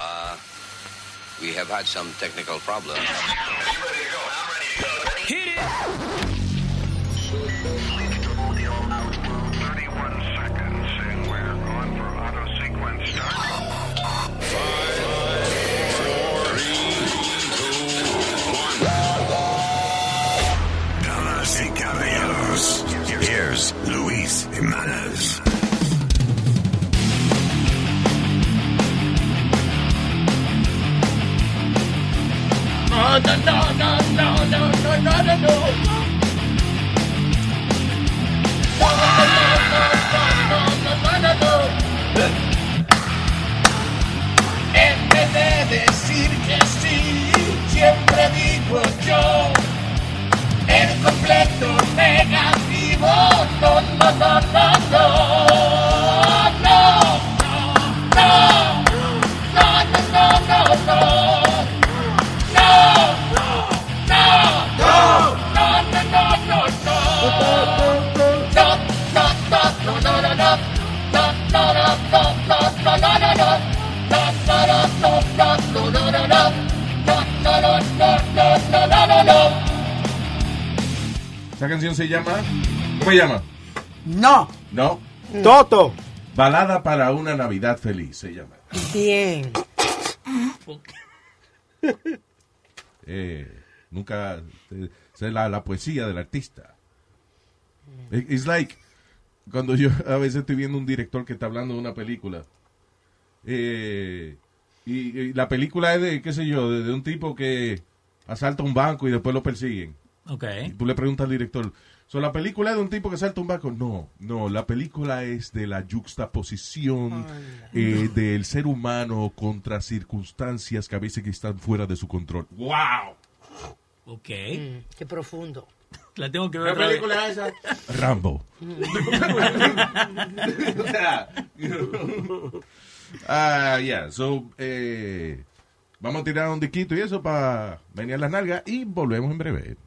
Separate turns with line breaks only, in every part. Uh, we have had some technical problems.
Hit it!
Damas y caballeros, here's Luis Jimenez.
No, no, no, no, no, no, no, no, no, no. En vez de decir que sí, siempre digo yo el completo negativo. No, no, no, no, no. No, no, no, no, no, no, no.
Esta canción se llama. ¿Cómo se llama?
No,
No.
Toto.
Balada para una Navidad feliz se llama.
Bien.
Eh, nunca. eh, Es la, la poesía del artista. It- It's like. Cuando yo a veces estoy viendo un director que está hablando de una película. eh, y, y la película es de, qué sé yo, de, de un tipo que asalta un banco y después lo persiguen.
Ok.
Y tú le preguntas al director, ¿so la película es de un tipo que salta un barco? No, no, la película es de la yuxtaposición eh, del ser humano contra circunstancias que a veces que están fuera de su control. ¡Wow!
Ok.
Mm, qué profundo.
La tengo que ver. otra vez.
esa? Rambo. o sea, ah, yeah, so, eh, vamos a tirar un disquito y eso para venir a las nalgas y volvemos en breve.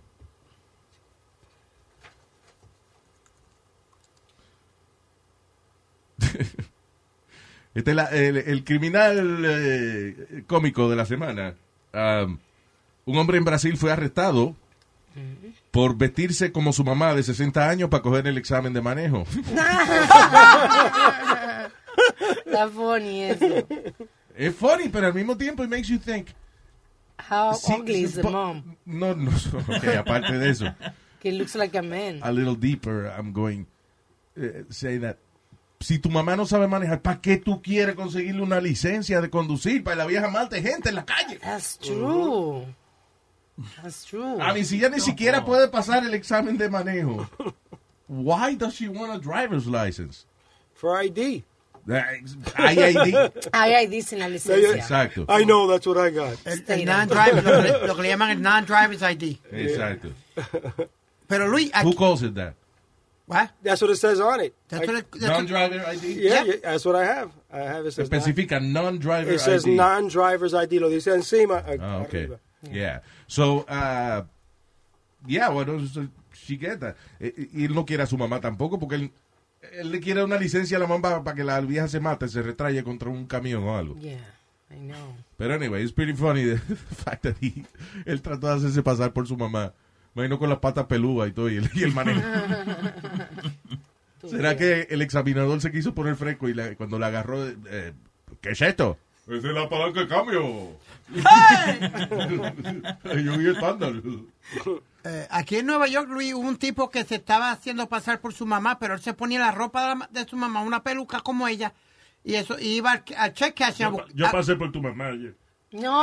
Este es la- el, el criminal eh, cómico de la semana. Am, un hombre en Brasil fue arrestado por vestirse como su mamá de 60 años para coger el examen de manejo.
Está funny eso.
Es funny, pero al mismo tiempo it makes you think.
How
sí,
ugly is the
po-
mom?
No, no, ok, aparte de eso.
Que looks like a man.
A little deeper, I'm going eh, say that. Si tu mamá no sabe manejar, ¿para qué tú quieres conseguirle una licencia de conducir? Para la vieja malte gente en la calle.
That's true. That's true.
A mí si ya ni siquiera puede pasar el examen de manejo. Why does she want a driver's license?
For ID.
Eh, IID.
Hay ID sin la licencia.
Exacto.
I know, that's what I got.
Stay
El, el
there.
non-driver, lo, que le- lo que le llaman el non-driver's ID.
Exacto.
eh,
Pero Luis,
Who
aquí,
calls it that?
¿what?
That's what it says on it.
That's what it- that's what-
Non-driver ID.
Yeah,
Yeah.
yeah, that's what I have. I have it says.
Especifica non-driver
it says
ID.
non-driver's ID. Lo dice encima. uh,
Ah, okay.
arriba.
Yeah. So, uh, yeah, why does she get that? Eh, eh, Y él no quiere a su mamá tampoco porque él, él le quiere una licencia a la mamá para que la vieja se mate, se retraye contra un camión o algo.
Yeah, I know.
Pero anyway, it's pretty funny the, the fact that he, él trató de hacerse pasar por su mamá. Imagino con las patas pelúas y todo, y el, y el manejo. ¿Será que el examinador se quiso poner fresco y la- cuando la agarró, eh, ¿qué es esto? Esa es la palanca de cambio. Yo vi estándar.
eh, aquí en Nueva York, Luis, hubo un tipo que se estaba haciendo pasar por su mamá, pero él se ponía la ropa de, la ma- de su mamá, una peluca como ella, y eso y iba al, al check cash. a bu- a-
por tu mamá ayer.
No.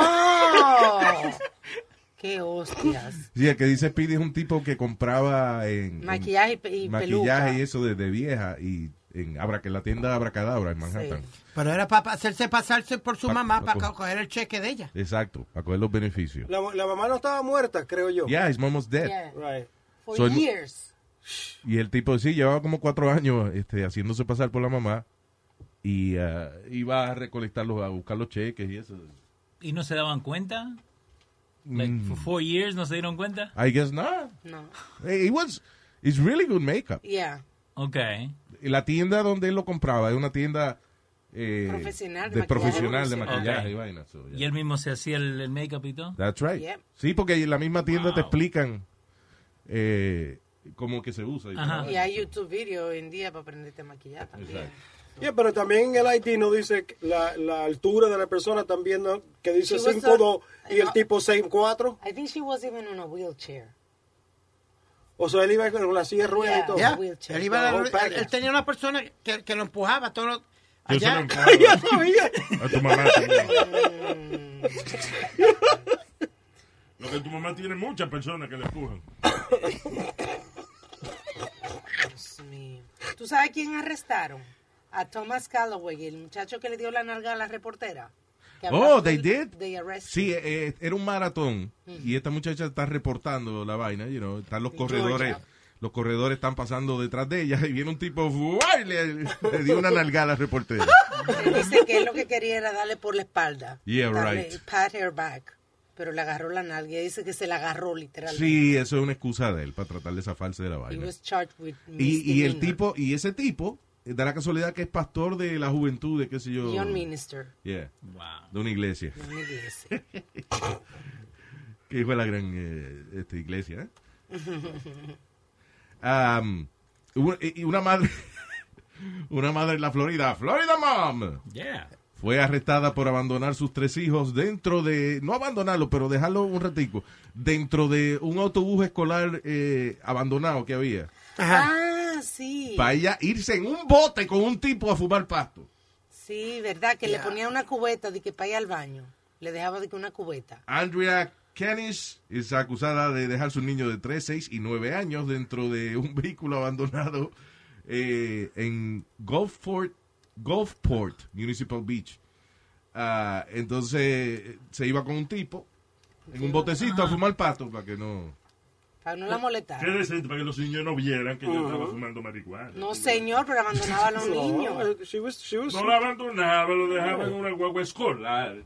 Qué hostias.
Sí, el que dice Pidi es un tipo que compraba en... en
Maquillaje y pe- y peluca.
maquillaje y eso de, de vieja y en, Abra- en la tienda de Abracadabra en Manhattan.
pero era para hacerse pasarse por su
Pa-
mamá,
pa-
para co- coger el cheque de ella.
Exacto, para coger los beneficios.
La, la mamá no estaba muerta, creo yo.
Yeah, his mom was dead.
Yeah.
Right.
For
So, no-
years.
Y el tipo, sí, llevaba como cuatro años este, haciéndose pasar por la mamá y ah, iba a recolectarlos, a buscar los cheques y eso.
¿Y no se daban cuenta? Like,
Mm.
for four years no se dieron cuenta?
I guess not.
No.
Eh, It was, it's really good makeup.
Yeah.
Ok.
La tienda donde él lo compraba es una tienda eh,
Profesional de
de
maquillaje.
profesional de
Ok.
maquillaje y vaina. so, yeah.
Y él mismo se hacía el, el make-up y todo.
That's right.
Yep.
Sí, porque en la misma tienda te
Wow.
explican eh, cómo que se usa. y
Ajá.
todo.
Y hay YouTube video hoy en día para aprenderte a maquillar también.
Exacto.
Yeah, pero también el IT no dice que la, la altura de la persona también, ¿no? que dice
She was
5'2
a-
y el tipo 6'4.
I think she was even on a wheelchair.
O sea, él iba con la silla de ruedas y
Yeah.
todo. Oh,
Yeah.
Ya,
Wheelchair.
él, iba a la-
The whole
él-
package.
él tenía una persona que, que lo empujaba todo lo-
Yo se lo
allá.
encargo
Yo sabía.
a tu mamá también.
Lo que tu mamá tiene muchas personas que le empujan.
Dios mío. ¿Tú sabes quién arrestaron? A Thomas Calloway, el muchacho que le dio la nalga a la reportera. Que
Oh,
hablamos
they
del-
did.
They arrested.
Sí, eh, eh, era un maratón y esta muchacha está reportando la vaina, you know, están los corredores, los corredores están pasando detrás de ella y viene un tipo ¡guau! y le, le dio una nalgada al reportero.
Le Dice que él lo que quería era darle por la espalda.
Yeah,
Darle-
right.
Pat her back. Pero le agarró la nalga y dice que se la agarró literalmente.
Sí, eso es una excusa de él para tratar de zafarse de la
He
vaina.
was charged with
Y, y el
misdemeanor.
tipo, y ese tipo, eh, da la casualidad que es pastor de la juventud, de qué sé yo,
Young minister.
Yeah,
Wow.
de una iglesia,
no me dice.
que fue la gran eh, este, iglesia. ¿eh? Am, hubo- y y una madre, una madre en la Florida, Florida Mom,
Yeah.
fue arrestada por abandonar sus tres hijos dentro de, no abandonarlo, pero dejarlo un ratico, dentro de un autobús escolar eh, abandonado que había,
Ah, sí.
para ella irse en un bote con un tipo a fumar pasto.
Sí, verdad, que le ponía una cubeta de que para ir al baño. Le dejaba de que una cubeta.
Andrea Kennis es acusada de dejar su niño de 3, 6 y 9 años dentro de un vehículo abandonado eh, en Gulfport, Gulfport Municipal Beach. Ah, entonces se iba con un tipo en un botecito a fumar pasto para que no.
Para no la molestar.
Qué decente para que los niños no vieran que yo estaba fumando marihuana.
No, señor, pero abandonaba a Ah, los niños.
No, she was, she was,
No lo abandonaba, lo dejaba en una guagua escolar.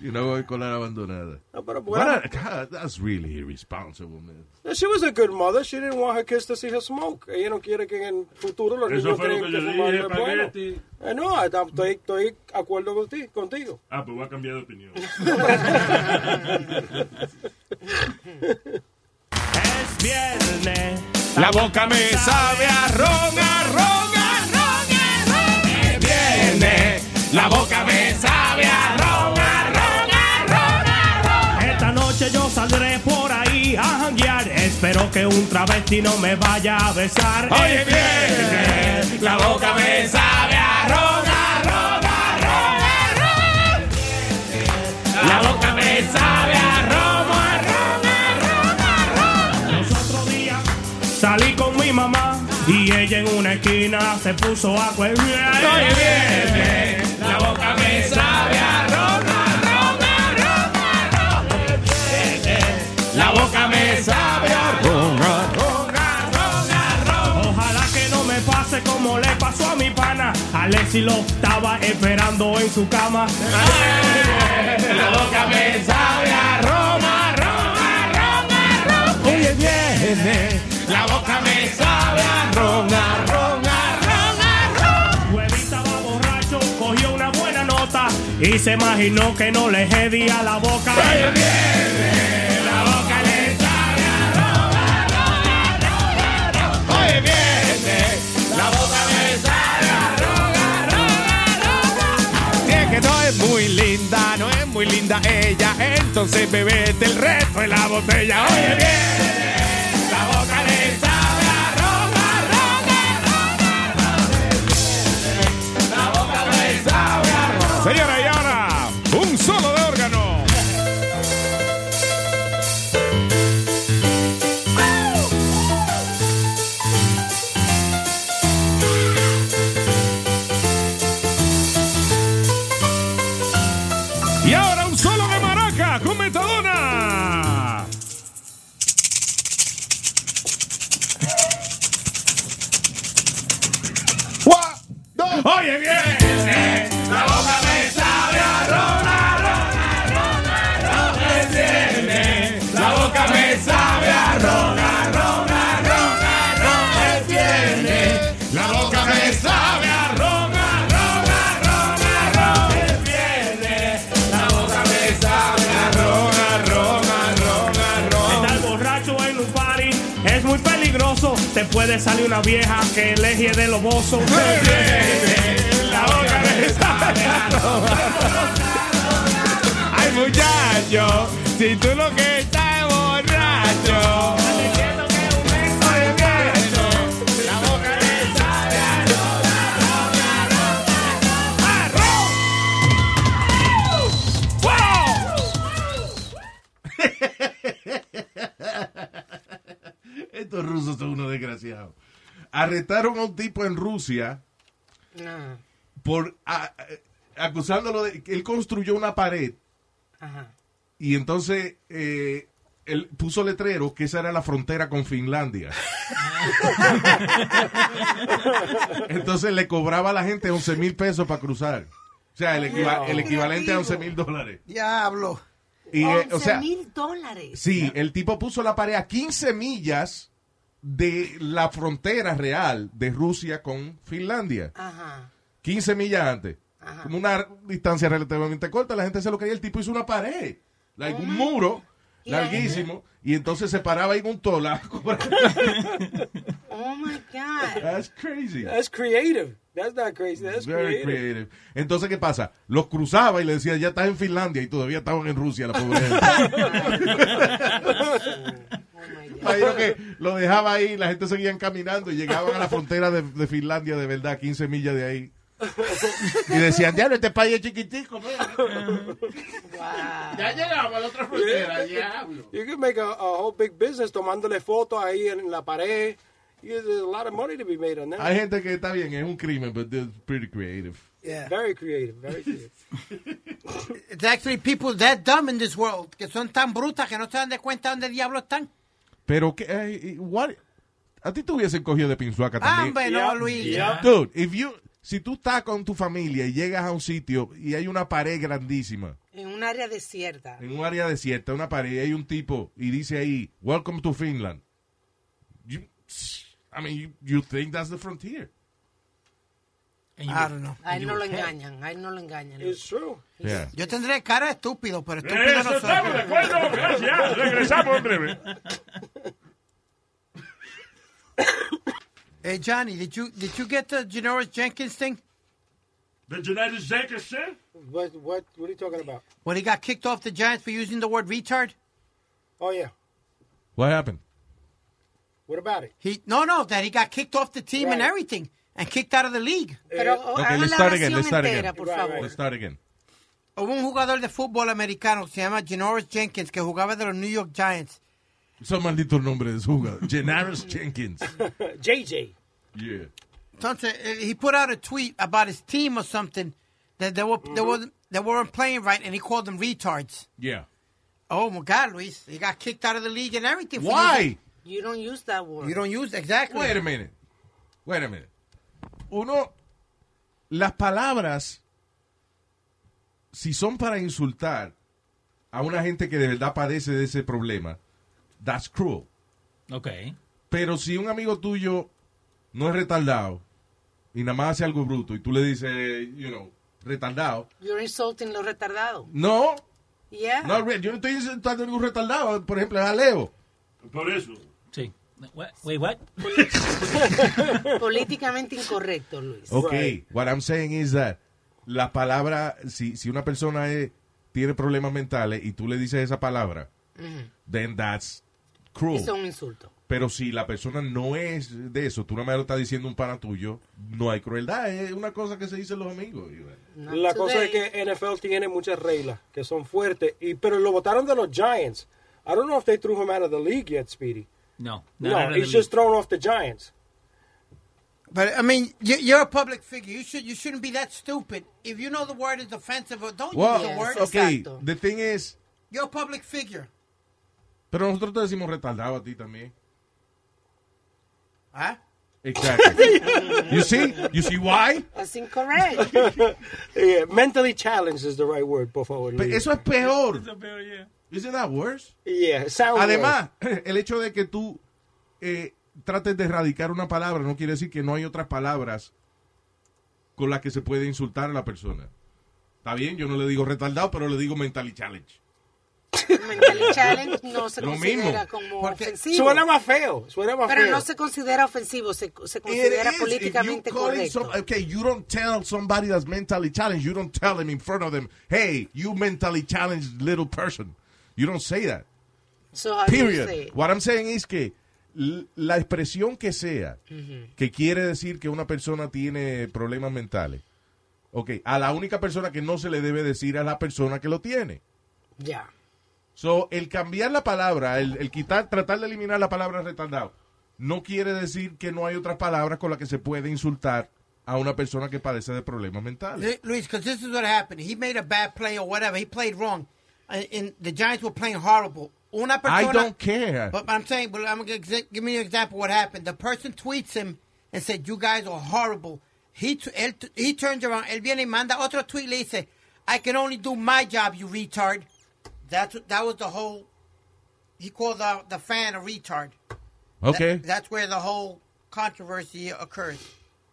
Y una voy colar abandonada.
No, pero bueno.
What a- God, that's really irresponsible, man.
She was a good mother. She didn't want her kids to see her smoke. Ella no quiere que en el futuro los
Eso
niños
fue lo
crean
que
que
yo
fumar
dije,
es bueno.
espagueti.
Eh, no, estoy, estoy de acuerdo conti- contigo.
Ah, pues voy a cambiar de opinión.
Es viernes.
La boca me sabe a ron, a ron, a ron, a ron. Es viernes. La boca me sabe a ron, a ron, a ron, a ron.
Esta noche yo saldré por ahí a janguear. Espero que un travesti no me vaya a besar. Eh,
Hoy
Es
es viernes, la boca me sabe a ron, a ron, a ron, a ron. La boca me sabe a ron, a ron, a ron, a ron.
Los otros días salí con mi mamá y ella en una esquina se puso a
Hoy
cueviar.
es viernes, la boca me sabe a ron, a ron, a ron, a ron. Es viernes, La boca me sabe a ron, a ron, a ron, a ron.
Ojalá que no me pase como le pasó a mi pana. Alexi lo estaba esperando en su cama.
Eh, La boca me sabe a ron, a ron, a ron, a ron. Hoy es viernes, la boca me sabe a ron, a ron, a ron, a ron.
Huevita estaba borracho, cogió una buena nota y se imaginó que no le hedía la boca.
La boca le sabe a ron, a ron, a ron, a ron. Hoy es viernes, la boca me sabe a ron, a ron, a ron. Si es que no es muy linda, no es muy linda ella, entonces bebete el resto de la botella. Hoy es viernes, la boca le sabe a ron, a ron, a ron, a ron. Hoy es viernes, La boca me sabe a ron. Señora y ahora, un solo de órgano.
Y ahora un solo de maraca con metadona.
Oye bien, la boca me sabe a ron, a ron, a ron, a ron. Es viernes, la boca me sabe a ron, a ron, a ron, a ron. Es viernes, la boca me
te puede salir una vieja que elegie de los bozos. La boca me está
Ay, muchacho, si tú lo que estás borracho.
Oh. Estos rusos son unos desgraciados. Arrestaron a un tipo en Rusia
No.
por a- a- acusándolo de que él construyó una pared
Ajá.
y entonces eh, él puso letreros que esa era la frontera con Finlandia. entonces le cobraba a la gente 11 mil pesos para cruzar. O sea, el, equiva-
No.
el equivalente a 11 mil dólares.
Diablo.
Y, eh, o sea,
mil dólares.
Sí, el tipo puso la pared a 15 millas de la frontera real de Rusia con Finlandia.
Ajá.
15 millas antes. Como una distancia relativamente corta, la gente se lo creía. El tipo hizo una pared, like, un muro
Y la
larguísimo, y entonces se paraba ahí en un tola.
Oh my God.
That's crazy.
That's creative. That's not crazy. That's
Very
creative.
creative. Entonces, ¿qué pasa? Los cruzaba y le decía, ya estás en Finlandia y todavía estaban en Rusia, la pobre gente.
Oh my God.
Imagino que lo dejaba ahí, la gente seguía caminando y llegaban a la frontera de, de Finlandia, de verdad, 15 millas de ahí. Y decían, diablo, este país es chiquitico, mira". Ya llegamos a la otra frontera, diablo.
You can make a, a whole big business tomándole fotos ahí en la pared. You- There's a lot of money to be made on that.
Hay gente que está bien, es un crimen, but they're pretty creative.
Yeah.
Very creative. Very creative.
It's actually people that dumb in this world, que son tan brutas que no se dan de cuenta dónde diablo están.
Pero, que, eh, what- a ti te hubiesen cogido de pinzuaca
Ah,
también.
hombre, no, Luis.
Dude, if you, si tú estás con tu familia y llegas a un sitio y hay una pared grandísima,
En un área desierta.
en un área desierta, una pared, y hay un tipo y dice ahí, Welcome to Finland. You- I mean, you, you think that's the frontier.
And you-
I don't know.
A él no lo engañan. A él no lo engañan.
It's true.
Yeah.
Yo tendré cara de estúpido, pero estúpido
Eso
no
estamos de
soy.
acuerdo. Gracias. Regresamos en breve.
Hey, Johnny, did you, did you get the Generous Jenkins thing?
The United Jenkins said,
What, what, what are you talking about?
When he got kicked off the Giants for using the word retard?
Oh, yeah.
What happened?
What about it?
He, no, no, that he got kicked off the team and
Right.
everything and kicked out of the league.
Pero oh,
Okay,
hagan
let's
la
start again,
oración
let's start
entera,
again.
por
Right,
favor.
Let's start again.
Hubo un jugador de fútbol americano que se llama Janoris Jenkins que jugaba de los New York Giants.
Son malditos nombres de su jugador. Janaris Jenkins.
JJ.
Yeah.
Entonces, eh, he put out a tweet about his team or something that they were they
Mm-hmm.
were they weren't playing right, and he called them retards.
Yeah.
Oh my God, Luis, he got kicked out of the league and everything. for
Why?
You don't use that word.
using- You don't use exactly.
Wait a minute. Wait a minute. Uno, las palabras, si son para insultar a una gente que de verdad padece de ese problema, that's cruel.
Ok.
Pero si un amigo tuyo no es retardado y nada más hace algo bruto y tú le dices, you know, retardado,
You're insulting los retardados.
no,
Yeah.
no, re- yo no estoy insultando a ningún retardado, por ejemplo, a Leo.
por eso.
Sí. What? Wait, what?
Políticamente incorrecto, Luis.
Ok,
Right.
what I'm saying is that la palabra, si, si una persona es- tiene problemas mentales y tú le dices esa palabra, then that's cruel.
Eso es un insulto.
Pero si la persona no es de eso, tú nada más lo estás diciendo a un pana tuyo, no hay crueldad, es una cosa que se dicen los amigos.
Not
La cosa es
today.
que NFL tiene muchas reglas que son fuertes, y, pero lo votaron de los Giants. I don't know if they threw him out of the league yet, Speedy.
No.
no,
no, no,
he's just thrown off the Giants.
But I mean, you, you're a public figure. You should you shouldn't be that stupid. If you know the word is offensive, or don't
Well,
use the
Yes.
word.
ok,
exacto.
the thing is,
You're a public figure.
pero nosotros te decimos retardado a ti también.
Huh?
Ah.
Exactly. you see? You see why?
That's incorrect.
Yeah, mentally challenged is the right word, por favor.
Pe-
Luis.
Eso es peor.
yeah.
Isn't that worse?
yeah, sound
Además, el hecho de que tú eh, trates de erradicar una palabra no quiere decir que no hay otras palabras con las que se puede insultar a la persona. Está bien, yo no le digo retardado, pero le digo mentally challenge.
Mental challenge no se
Lo
considera
mismo.
como
Porque
ofensivo.
suena más feo, suena más
Pero
feo.
no se considera ofensivo, se, se
It
considera
is.
políticamente
If you calling
correcto.
some- okay, you don't tell somebody that's mentally challenged. You don't tell them in front of them, hey, you mentally challenged little person. You don't say that.
So how do you say
Period.
it?
What I'm saying is que l- la expresión que sea
Ujú.
que quiere decir que una persona tiene problemas mentales. Ok, a la única persona que no se le debe decir a la persona que lo tiene.
Ya.
So, el cambiar la palabra, el, el quitar, tratar de eliminar la palabra retardado, no quiere decir que no hay otras palabras con las que se puede insultar a una persona que padece de problemas mentales.
Lu- Luis, because this is what happened. He made a bad play or whatever. He played wrong. And, and the Giants were playing horrible. Una persona,
I don't care.
But I'm saying, but I'm gonna exa- give me an example. of What happened? The person tweets him and said, "You guys are horrible." He t- él t- he turns around. Él viene y manda otro tweet. Le dice, "I can only do my job, you retard." That's what- that was the whole. He called the the fan a retard.
Okay.
That- that's where the whole controversy occurs.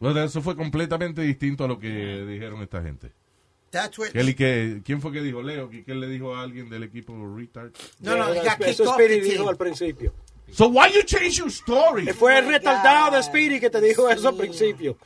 Bueno, eso fue completamente distinto a lo que dijeron esta gente.
That's where.
Kelly, que, ¿Quién fue que dijo Leo? ¿Que, que le dijo a alguien del equipo retard?
No, no, he got kicked
Eso
off the
Speedy
team.
dijo al principio.
So why you change your story?
Fue
Oh,
el retardado de Speedy que te dijo eso al principio.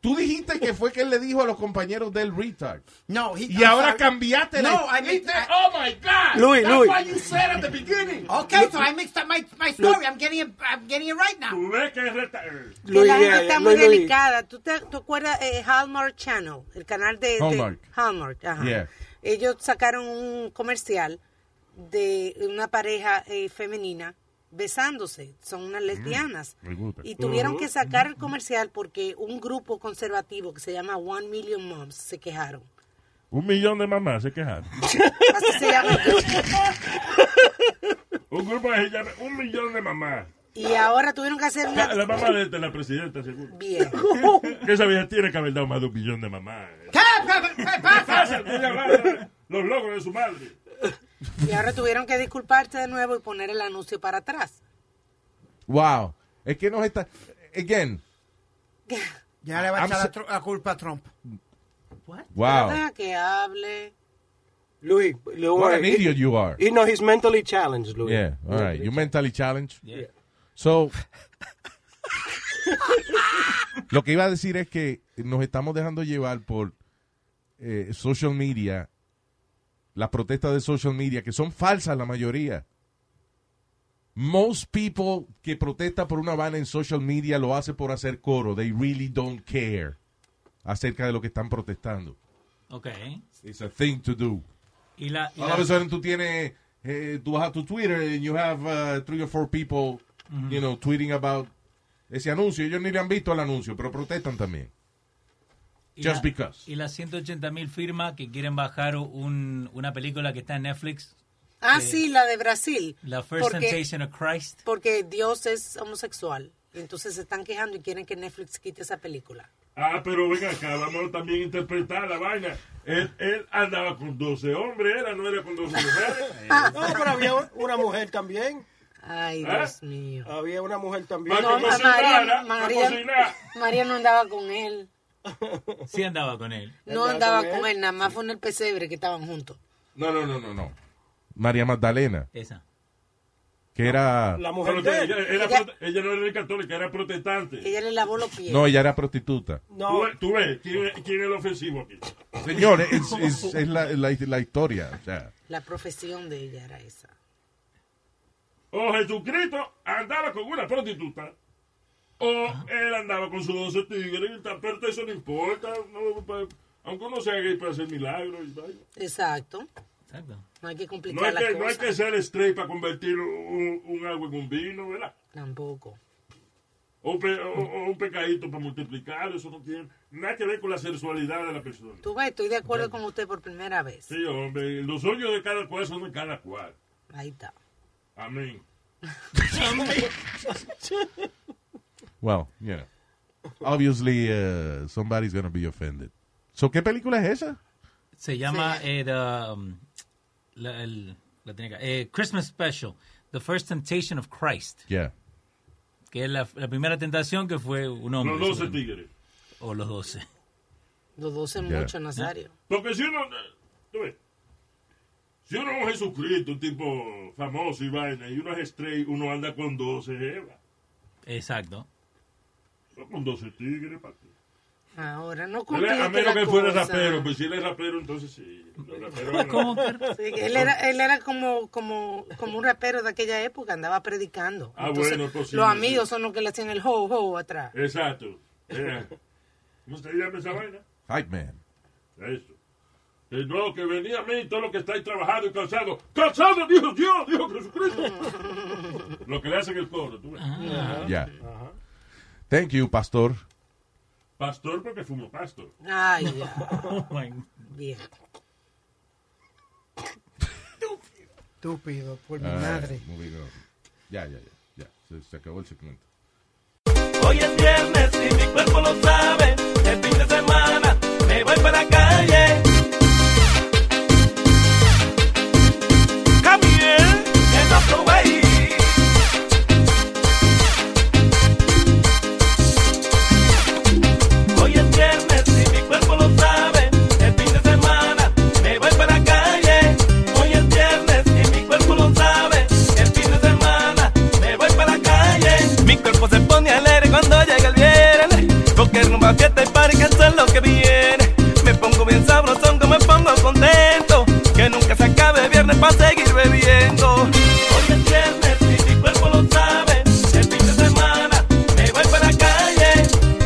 Tú dijiste que fue que él le dijo a los compañeros del retard.
No,
y ahora cambiaste la-
No, I mixed. I,
oh my God!
Louis,
That's
Louis.
why you said at the beginning.
Okay, so I mixed up my, my story. I'm getting it. I'm getting it right now.
Que la gente está muy delicada. ¿Tú te tú acuerdas eh, Hallmark Channel? El canal de... de-
Hallmark.
Hallmark, ajá.
Yeah.
Ellos sacaron un comercial de una pareja eh, femenina besándose. Son
Mm.
unas lesbianas.
Me gusta.
Y tuvieron
Ujú.
que sacar el comercial porque un grupo conservativo que se llama One Million Moms se quejaron.
Un millón de mamás se quejaron.
Así se llama el grupo.
Un grupo de llama un millón de mamás.
Y ahora tuvieron que hacer
La, la
una...
mamá de, de la presidenta, seguro.
Bien.
Que esa vieja tiene que haber dado más de un millón de mamás. Los logros de su madre.
Y ahora tuvieron que disculparse de nuevo y poner el anuncio para atrás.
Wow. Es que nos está... Again.
Ya le va a
I'm
echar la,
so-
tru- la culpa a Trump.
Wow.
Deja que hable.
Luis,
What
Luis.
an idiot you are.
You know, he's mentally challenged, Luis.
Yeah. All right. You mentally challenged.
Yeah.
So... Lo que iba a decir es que nos estamos dejando llevar por eh, social media, las protestas de social media, que son falsas la mayoría. Most people que protesta por una vaina en social media lo hace por hacer coro. They really don't care acerca de lo que están protestando.
Ok.
It's a thing to do.
Y la, y
All
la-
of a sudden tú tienes, eh, tú vas a tu Twitter and you have uh, three or four people,
Mm-hmm.
you know, tweeting about ese anuncio. Ellos ni le han visto el anuncio, pero protestan también.
y la-
Just because.
Y las 180 mil firmas que quieren bajar un- una película que está en Netflix,
Ah,
Sí.
sí, la de Brasil.
La First Temptation of Christ.
Porque Dios es homosexual. Entonces se están quejando y quieren que Netflix quite esa película.
Ah, pero ven acá, vamos también a interpretar la vaina. Él, él andaba con 12 hombres, era, no era con 12 mujeres.
Ah, No, pero había un- una mujer también.
Ay,
¿Eh?
Dios mío.
Había una mujer también.
No, a María, María,
cocinar.
María no andaba con él.
sí andaba con él.
No andaba con él, nada más fue en el pesebre que estaban juntos.
No, no, no, no, no. María Magdalena,
Esa.
que era...
La
Ah, Pero
mujer
que
de
ella,
él.
era
Ella-
prote- ella no era católica, era protestante.
Ella le lavó los pies.
No, ella era prostituta.
Tú,
No,
tú ves, ¿quién, es- quién es el ofensivo aquí?
Señor, es, es- es la, la- la historia. O sea,
La profesión de ella era esa.
O Jesucristo andaba con una prostituta, o él andaba con sus 12 tigres, y aparte eso no importa. no, pa- aunque uno sea gay puede hacer milagros. y vaina.
Exacto.
Exacto.
No hay que
No hay
complicar las
que, no hay
cosas.
que ser straight para convertir un, un agua en un vino, ¿verdad?
Tampoco.
O, pe- o- o un pecadito para multiplicar, eso no tiene nada que ver con la sexualidad de la persona.
Tú ves, estoy de acuerdo con usted por primera vez.
Sí, hombre, los sueños de cada cual son de cada cual.
Ahí está.
Amén.
well, you know. Obviously, uh, somebody's gonna be offended. So, ¿qué película es esa?
Se llama eh, the, um, la, el- la tenía acá. Eh, Christmas Special, The First Temptation of Christ,
Yeah.
que es la, la primera tentación que fue un hombre.
Los 12
seguramente.
tigres.
O los 12.
Los dos es
Ya.
mucho, Nazario.
Porque si uno. tú ves, Si uno es un Jesucristo, un tipo famoso y vaina, y uno es straight, uno anda con 12 jevas.
Exacto.
Yo Con 12 tigres, pa' ti.
Ahora no
Él es-
complique
A menos
la
que él fuera
cosa.
rapero, pues si él es rapero, entonces sí. Los raperos no.
Sí, él era, él era como, como, como un rapero de aquella época, andaba predicando.
Ah, bueno, es posible,
Los amigos
sí.
son los que le hacían el ho ho atrás.
Exacto. Eh, ¿Cómo se llama esa vaina?
Hype man.
Eso. Que no, que venía a mí todo lo que estáis trabajado y cansado. ¡Cansado, dijo Dios! ¡Dijo Jesucristo! lo que le hacen el coro, tú ves.
Ah,
Ya. Thank you, pastor.
Pastor porque fumo pastor. Oh
Ay, ya. Bien.
Estúpido, por mi
Ah.
All right,
madre.
moving on. Ah, Ya, ya, ya. ya. Se, se acabó el segmento.
Hoy es viernes y mi cuerpo lo sabe. El fin de semana me voy para la calle. Come here, get off the way. Hoy es viernes y mi cuerpo lo sabe. El fin de semana me voy para la calle. Hoy es viernes y mi cuerpo lo sabe. El fin de semana me voy para la calle. Mi cuerpo se pone alegre cuando llega el viernes. Porque rumba, fiesta y party, que eso es lo que viene. Me pongo bien sabrosón, que me pongo contento. Que nunca se acabe el viernes para seguir bebiendo. Hoy es viernes y mi cuerpo lo sabe. El fin de semana me voy para la calle.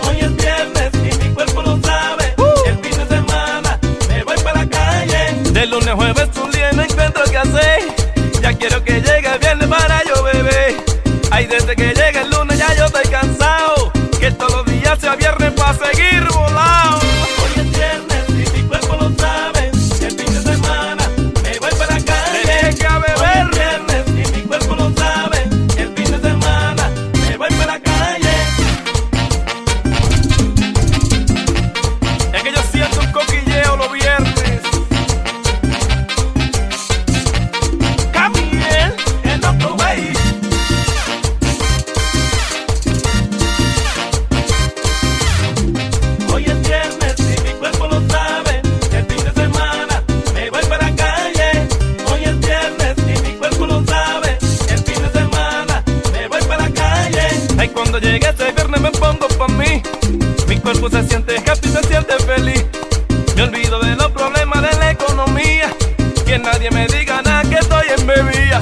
Hoy es viernes y mi cuerpo lo sabe. El fin de semana me voy para la calle. De lunes a jueves un día y no encuentro qué hacer. Ya quiero que llegue el viernes para yo beber. Ay, desde que llegue el lunes ya yo estoy cansado. Que todos los días sea viernes para seguir volado. Hoy es viernes y mi cuerpo lo sabe. El fin de semana me voy para la calle. Llegué a beber. viernes y mi cuerpo lo sabe. El fin de semana me voy para la calle. Es que yo siento un coquilleo los viernes. Camille en otro país. Hoy es viernes y mi cuerpo lo sabe. El fin de semana me voy para la calle. Hoy es viernes y mi cuerpo lo sabe. El fin de semana me voy para la calle. Ay, cuando llegue este viernes me pongo pa' mí. Mi cuerpo se siente happy, se siente feliz. Me olvido de los problemas de la economía. Que nadie me diga nada que estoy en bebida.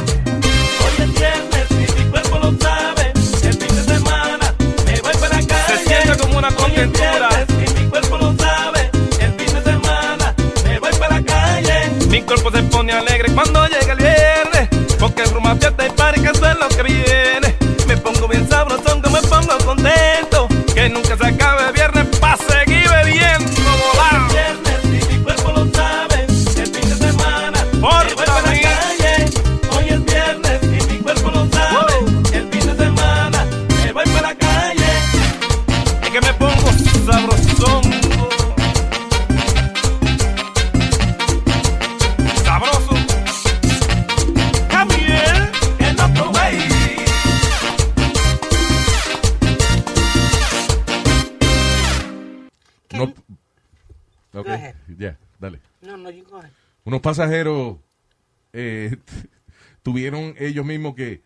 Hoy es viernes y mi cuerpo lo sabe. El fin de semana me voy para la calle. Se siente como una contentura. Y mi cuerpo lo sabe. El fin de semana me voy para la calle. Mi cuerpo se pone alegre cuando llega el viernes. Porque rumba fiesta y party que eso este es lo que viene. Me pongo bien sabrosón que me pongo contento. Que nunca se acabe el viernes pa' seguir bebiendo. Volar. Por la calle, hoy es viernes y mi cuerpo lo sabe. El fin de semana me voy para la calle. Es que me pongo sabrosón. Sabroso. Camille, en otro país.
No, ok,
Go ahead.
ya, dale.
No, no, you go ahead.
Unos pasajeros eh, tuvieron ellos mismos que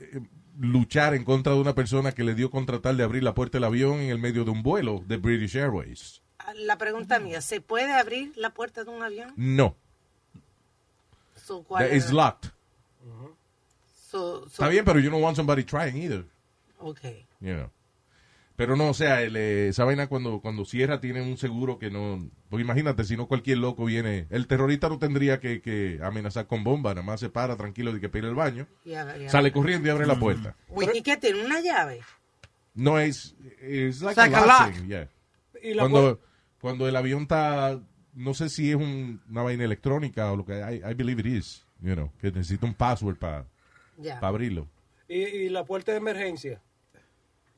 eh, luchar en contra de una persona que le dio con tratar de abrir la puerta del avión en el medio de un vuelo de British Airways.
La pregunta mía, ¿se puede abrir la puerta de un avión?
No,
So, ¿cuál
that
era?
is locked.
So- so-
Está bien, pero you don't want somebody trying either.
Ok.
You know. Pero no, o sea, el, eh, esa vaina cuando, cuando cierra tiene un seguro que no... Pues imagínate, si no cualquier loco viene... El terrorista no tendría que, que amenazar con bomba, nada más se para tranquilo de que pide el baño,
Y abre- y abre.
sale corriendo y abre la puerta.
Uy, ¿Y qué tiene? ¿Una llave?
No es... Es like
It's like
a
a
lock
lock.
thing, yeah.
Y la
Cuando, cuando el avión está... No sé si es un- una vaina electrónica o lo que... I, I believe it is, you know, que necesita un password para
Ya.
abrirlo.
Y, y la puerta de emergencia.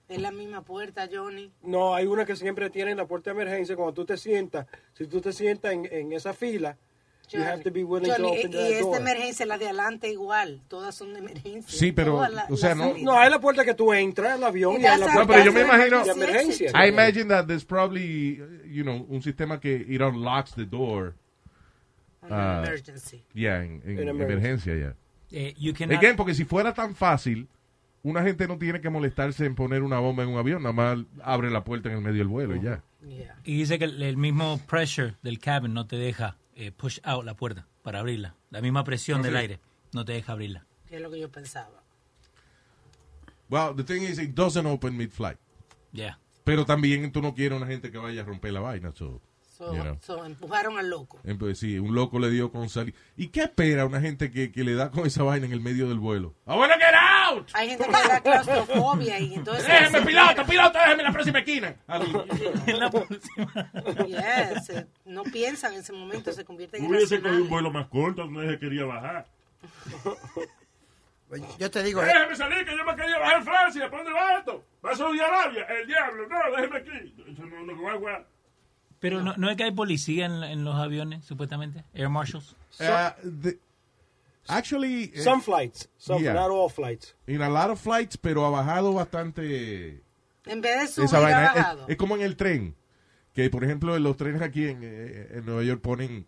Es la misma puerta, Johnny.
No, hay una que siempre tiene la puerta de emergencia. Cuando tú te sientas, si tú te sientas en, en esa fila, you have to be willing to
Johnny,
open
y, este y
that
esta
door.
emergencia, la de adelante igual, todas son de emergencia.
Sí, pero,
Todas la-
o sea,
las
no-
salidas.
No, hay la puerta que tú entras al avión y,
Y
hay la
that's
puerta
No, pero yo me
de-
imagino.
de emergencia.
I imagine that there's probably, you know, un sistema que it unlocks the door. ah,
emergency.
yeah, en, en
In emergency.
emergencia, ya.
Eh, you cannot-
Again, porque si fuera tan fácil, una gente no tiene que molestarse en poner una bomba en un avión, nada más abre la puerta en el medio del vuelo y ya.
Y dice que el, el mismo pressure del cabin no te deja eh, push out la puerta para abrirla. La misma presión
Ah,
del
sí.
aire no te deja abrirla.
Que es lo que yo pensaba.
Well, the thing is, it doesn't open mid-flight.
Yeah.
Pero también tú no quieres una gente que vaya a romper la vaina, so,
So,
you know.
so, empujaron al loco.
Entonces, sí, un loco le dio con salir. ¿Y qué espera una gente que, que le da con esa vaina en el medio del vuelo? ¡Ah, bueno, get out!
Hay gente que le da claustrofobia y entonces...
¡Déjeme, piloto, piloto, déjeme en la próxima esquina!
Yes, eh, no piensan en ese momento, se convierten en
Hubiese cogido un
irracionales.
vuelo más corto donde se quería bajar.
Yo te digo, eh,
Déjeme salir, que yo me quería bajar en Francia. ¿Para dónde va esto? ¿Va a Saudi Arabia? El diablo. No, déjeme aquí. Yo no, no, guau, guau.
Pero no, no es que hay policía en, en los aviones, supuestamente. Air marshals.
Uh, the- actually, eh,
Some flights. Some,
yeah.
not all flights.
In a lot of flights, pero ha bajado bastante
En vez de subir,
esa
ha
vaina.
bajado.
Es, es como en el tren, que por ejemplo en los trenes aquí en, eh, en Nueva York ponen,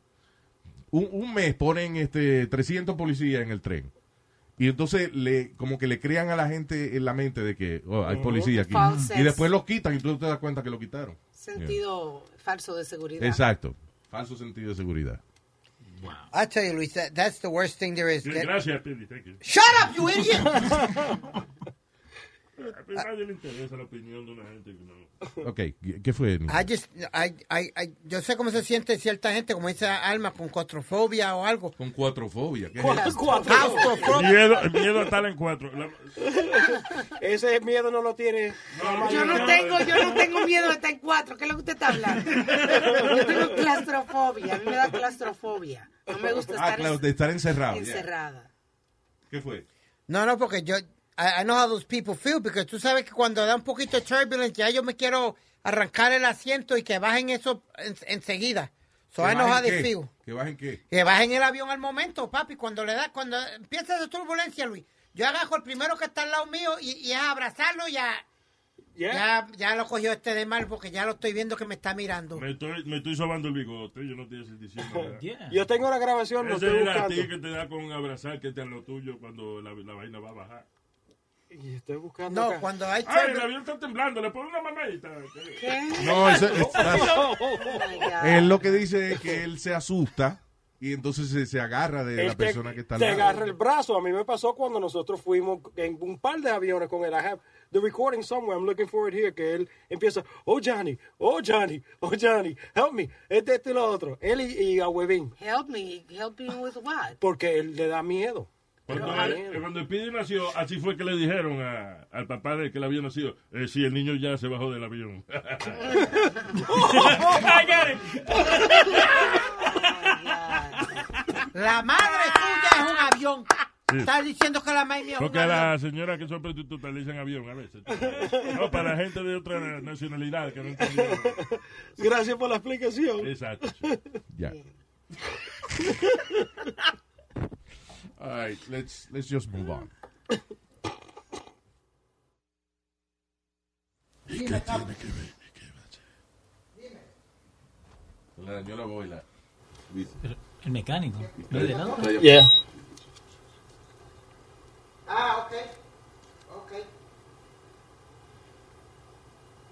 un, un mes ponen este 300 policías en el tren. Y entonces le, como que le crean a la gente en la mente de que oh, hay
Ujú.
policía aquí.
False
Y
sense.
después los quitan y tú te das cuenta que lo quitaron.
Sentido falso de seguridad.
Exacto. Falso sentido de seguridad.
I tell you, Luis, that, that's the worst thing there is.
Sí,
That-
gracias, Pidi. Thank you.
Shut up, you idiot!
A mí nadie le interesa la opinión de una gente que no.
Ok, ¿qué- ¿qué fue? Nico?
I just, I, I, I- yo sé cómo se siente cierta gente, como dice Alma, con claustrofobia o algo.
Con cuatrofobia. ¿qué es
Cuatro-
eso?
cuatro- Claustrofobia.
Miedo, el miedo a estar en cuatro. La-
Ese miedo no lo tiene.
Yo no tengo, yo no tengo miedo de estar en cuatro. ¿Qué es lo que usted está hablando? Yo tengo claustrofobia. A mí me da claustrofobia. No me gusta
Ah,
estar
claro,
en-
de estar encerrado. ya.
encerrada.
¿Qué fue?
No, no, porque yo, I, I know how those people feel, porque tú sabes que cuando da un poquito de turbulence, ya yo me quiero arrancar el asiento y que bajen eso en- enseguida. So I
¿Que
know how
bajen
they
qué?
feel.
¿Que bajen qué?
Que bajen el avión al momento, papi, cuando le da, cuando empieza la turbulencia, Luis. Yo agarro el primero que está al lado mío y, y a abrazarlo ya, ya, ya lo cogió este de mal porque ya lo estoy viendo que me está mirando.
Me estoy, me estoy sobando el bigote. Yo no estoy así diciendo. nada.
Oh, Yo tengo la grabación, lo
Ese
estoy
es a
buscando.
ti que te da con abrazar que te a lo tuyo cuando la, la vaina va a bajar.
Y estoy buscando
No,
acá.
cuando hay
Ay, el
turbul-
avión está temblando. Le pongo una mamadita.
No, eso es,
Oh my God.
él lo que dice es que él se asusta y entonces se, se agarra de
Él
la
te-
persona que está al
Este Te
lado.
agarra el brazo. A mí me pasó cuando nosotros fuimos en un par de aviones con él. I have the recording somewhere. I'm looking for it here. Que él empieza, oh Johnny, oh Johnny, oh Johnny, help me. Este, este y lo otro. Él y, y a Webin.
Help me, help me with what?
Porque él le da miedo.
Cuando,
Pero,
el- cuando el Pidi nació, así fue que le dijeron a- al papá de que él había nacido, eh, si el niño ya se bajó del avión.
La madre suya es un avión.
Sí.
Estás diciendo que la madre mía es un
Porque a
avión.
la señora que son prostitutas le dicen avión a veces. No, para gente de otra nacionalidad que no entendió.
Gracias por la explicación.
Exacto.
Ya. All right, let's, let's just move on. La señora Boila.
El mecánico. No de lado.
Yeah.
Ah, ok. Ok.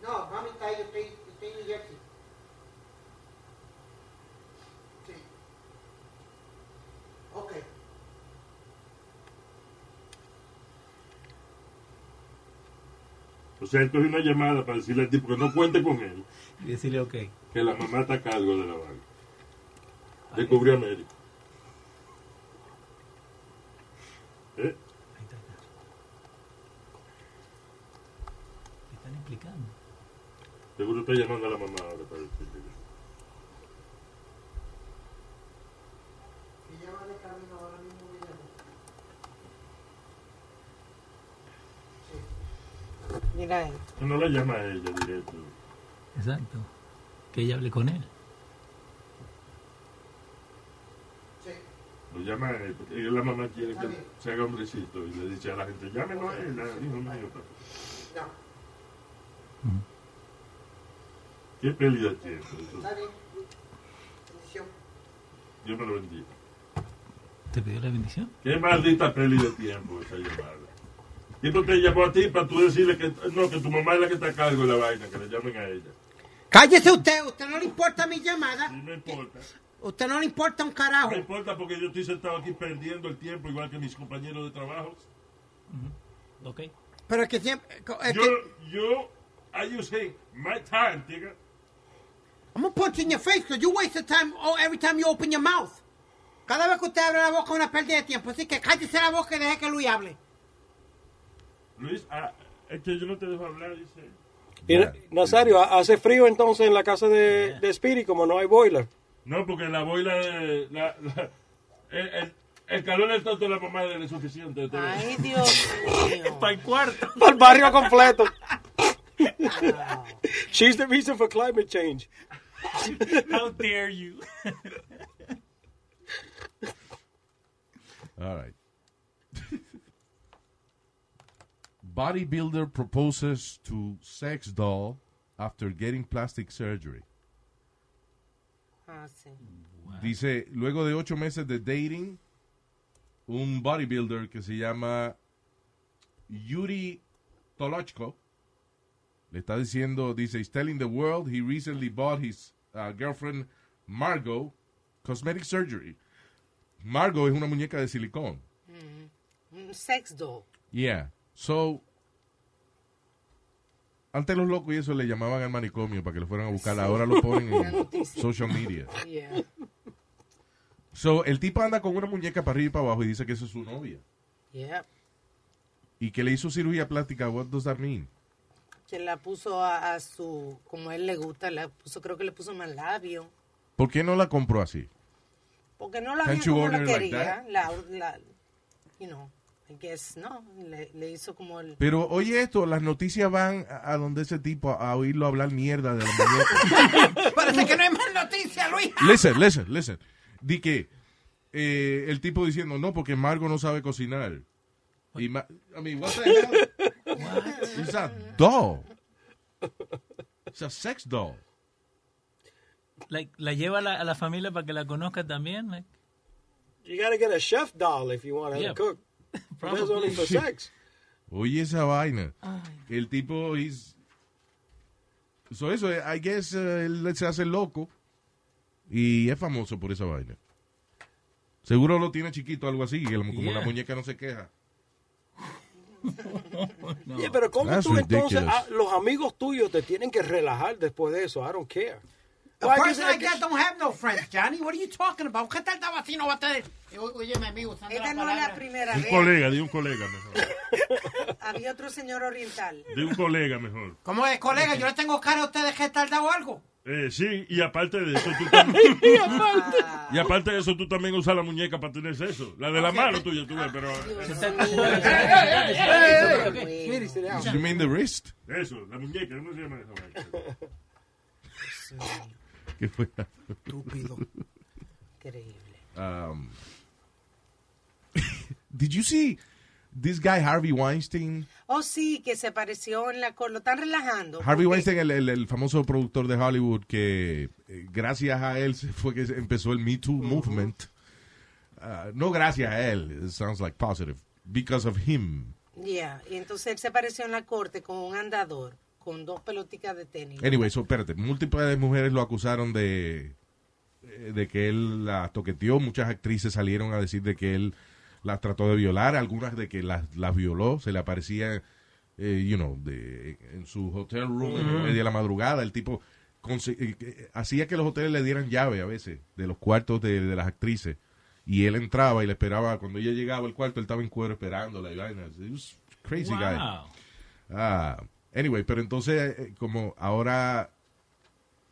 No, mami está ahí, yo estoy, yo estoy en New Jersey. Sí. Ok.
O sea, él cogió una llamada para decirle al tipo que no cuente con él,
Y decirle, ok.
que la mamá está a cargo de la vaina. Descubrió América. ¿Eh?
Ahí está. Te están explicando.
Seguro está llamando a la mamá ahora para decirle.
Mira ahí.
que No la llama a ella directo.
Exacto. Que ella hable con él.
Lo llama a él, porque la mamá quiere que se haga hombrecito y le dice a la gente, llámelo a él, a- hijo mío. papá". ¿Qué pérdida tiene? eso?
Está bien. Bendición.
Dios me lo bendiga.
¿Te pidió la bendición?
Qué maldita peli de tiempo esa llamada. Tipo te llamó a ti para tú decirle que no, que tu mamá es la que está a cargo de la vaina, que le llamen a ella.
Cállese usted, usted no le importa mi llamada.
No importa.
Usted no le importa un carajo.
No importa porque yo estoy sentado aquí perdiendo el tiempo igual que mis compañeros de trabajo.
Ok.
Pero es que siempre. es
Yo,
que-
yo, I use hey, my time, nigga.
I'm gonna punch you in your face because you waste the time oh, every time you open your mouth. Cada vez que usted abre la boca es una pérdida de tiempo. Así que cállese la boca y deje que Luis hable.
Luis, ah, es que yo no te dejo hablar, dice.
Y, Nazario, ha- hace frío entonces en la casa de, de Speedy, como no hay boiler.
No, porque la boila de. La, la- el, el- el calor del tonto de la mamá es suficiente. te lo-
Ay, Dios mío.
Para el cuarto.
Para el barrio completo. She's the reason for climate change.
How dare you.
All right. Bodybuilder proposes to sex doll after getting plastic surgery.
Ah, sí.
Dice, luego de ocho meses de dating, un bodybuilder que se llama Yuri Tolochko le está diciendo, dice, he's telling the world he recently bought his uh, girlfriend Margot cosmetic surgery. Margot es una muñeca de silicón.
Mm, Un sex doll.
Yeah. So, antes los locos y eso le llamaban al manicomio para que lo fueran a buscar. Ahora lo ponen
La
en
noticia.
social media.
Yeah.
So, el tipo anda con una muñeca para arriba y para abajo y dice que esa es su novia.
Yeah.
Y que le hizo cirugía plástica. What does that mean?
Que la puso a, a su, como a él le gusta, la puso, creo que le puso más labio.
¿Por qué no la compró así?
Porque no la
Can't
había
you
como la
order like
quería.
that?
la, la, you know, I guess, no. Le, le hizo como el...
Pero oye esto, las noticias van a, a donde ese tipo a, a oírlo hablar mierda de la muñeca.
Parece que no hay más noticias, Luis.
listen, listen, listen. Di que eh, el tipo diciendo no porque Margo no sabe cocinar. Y Ma- I mean, what the hell? It's a doll. It's a sex doll.
La, la lleva a la, a la familia para que la conozca también. like,
You gotta get a chef doll if you want to
Yeah.
cook. That's only for
Shit.
sex.
Oye esa vaina. El tipo is... So eso, eh, I guess eh, él se hace loco y es famoso por esa vaina. Seguro lo tiene chiquito, algo así, que la- como la
Yeah.
muñeca no se queja.
no.
Yeah, pero ¿cómo
That's
tú entonces,
ridiculous.
ah, los amigos tuyos te tienen que relajar después de eso? I don't care.
A
Why
person
does-
like that don't have no friends, Johnny. What are you talking about? ¿Qué tal estaba así? No va a tener. Oye, mi amigo, usando
Esta
la
no es la
palabra.
primera
Un
vez.
colega, di un colega mejor.
Había otro señor oriental.
Di un colega mejor.
¿Cómo es, colega? Yo le tengo cara a ustedes que tardado algo.
Eh, sí, y aparte de eso, tú también. y aparte de eso, tú también usas la muñeca para tener sexo. La de la mano tuya, tú ves, pero.
Mire, se le hago.
You mean the wrist?
Eso, la muñeca, ¿cómo se llama eso?
¿Qué fue?
Estúpido.
Increíble.
Um, did you see this guy Harvey Weinstein?
Oh, sí, que se apareció en la... cor- Lo están relajando. porque-
Harvey Weinstein, el, el- el famoso productor de Hollywood, que eh, gracias a él se fue que se empezó el Me Too movement. Ah, no gracias a él, it sounds like positive. Because of him.
Yeah. Y entonces él se apareció en la corte con un andador, con dos pelotitas de tenis.
Anyway, so, espérate, múltiples mujeres lo acusaron de, eh, de que él las toqueteó. Muchas actrices salieron a decir de que él las trató de violar, algunas de que las, las violó, se le aparecía, eh, you know, de- en su hotel room en media de la madrugada. El tipo consi- eh, eh, hacía que los hoteles le dieran llave a veces de los cuartos de, de las actrices. Y él entraba y le esperaba. Cuando ella llegaba al cuarto, él estaba en cuero esperándola. Y vainas. It was crazy guy.
Wow.
Ah, anyway, pero entonces, eh, como ahora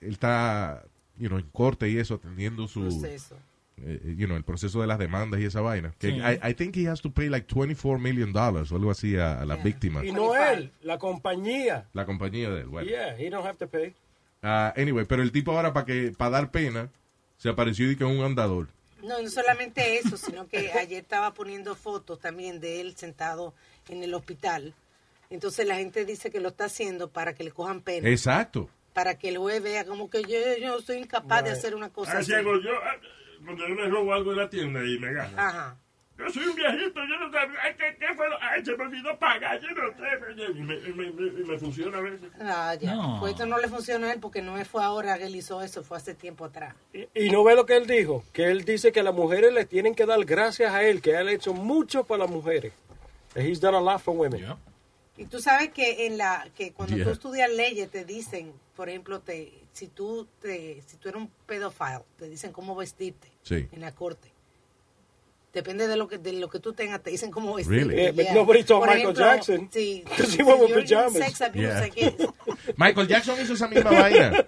él está, you know, en corte y eso, atendiendo su,
Proceso.
eh, you know, el proceso de las demandas y esa vaina. Que
Sí.
I, I think he has to pay like 24 million dollars o algo así a, a las
Yeah.
víctimas.
Y no él, la compañía.
La compañía de él, bueno.
Yeah, he don't have to pay.
Ah, anyway, pero el tipo ahora para que, para dar pena, se apareció y que un andador.
No, y no solamente eso, sino que ayer estaba poniendo fotos también de él sentado en el hospital. Entonces la gente dice que lo está haciendo para que le cojan pena,
Exacto. Ah,
para que el juez vea como que yo, yo soy incapaz de hacer una cosa.
Así
así.
hago yo. ah, cuando yo le robo algo de la tienda y me gana.
Ajá.
Yo soy un viejito, yo no sabía, ay, ¿qué, qué fue? lo- Ay, se me olvidó pagar, yo no sé. Y me, y me, me- y me funciona a veces.
Ah, ya.
No.
Pues esto no le funciona a él porque no fue ahora que él hizo eso, fue hace tiempo atrás.
Y no ve lo que él dijo, que él dice que las mujeres le tienen que dar gracias a él, que él ha hecho mucho para las mujeres. And He's done a lot for women.
Yeah.
Y tú sabes que en la que cuando
Yeah.
tú estudias leyes te dicen, por ejemplo, te si tú te si tú eres un pedófilo, te dicen cómo vestirte
Sí.
en la corte. Depende de lo que de lo que tú tengas, te dicen cómo vestirte.
Really?
Yeah, but nobody told
Por
Michael Jackson.
Sí.
'Cause he wore
You're in
pajamas.
sex abuse
Yeah.
against-
Michael Jackson hizo esa misma vaina.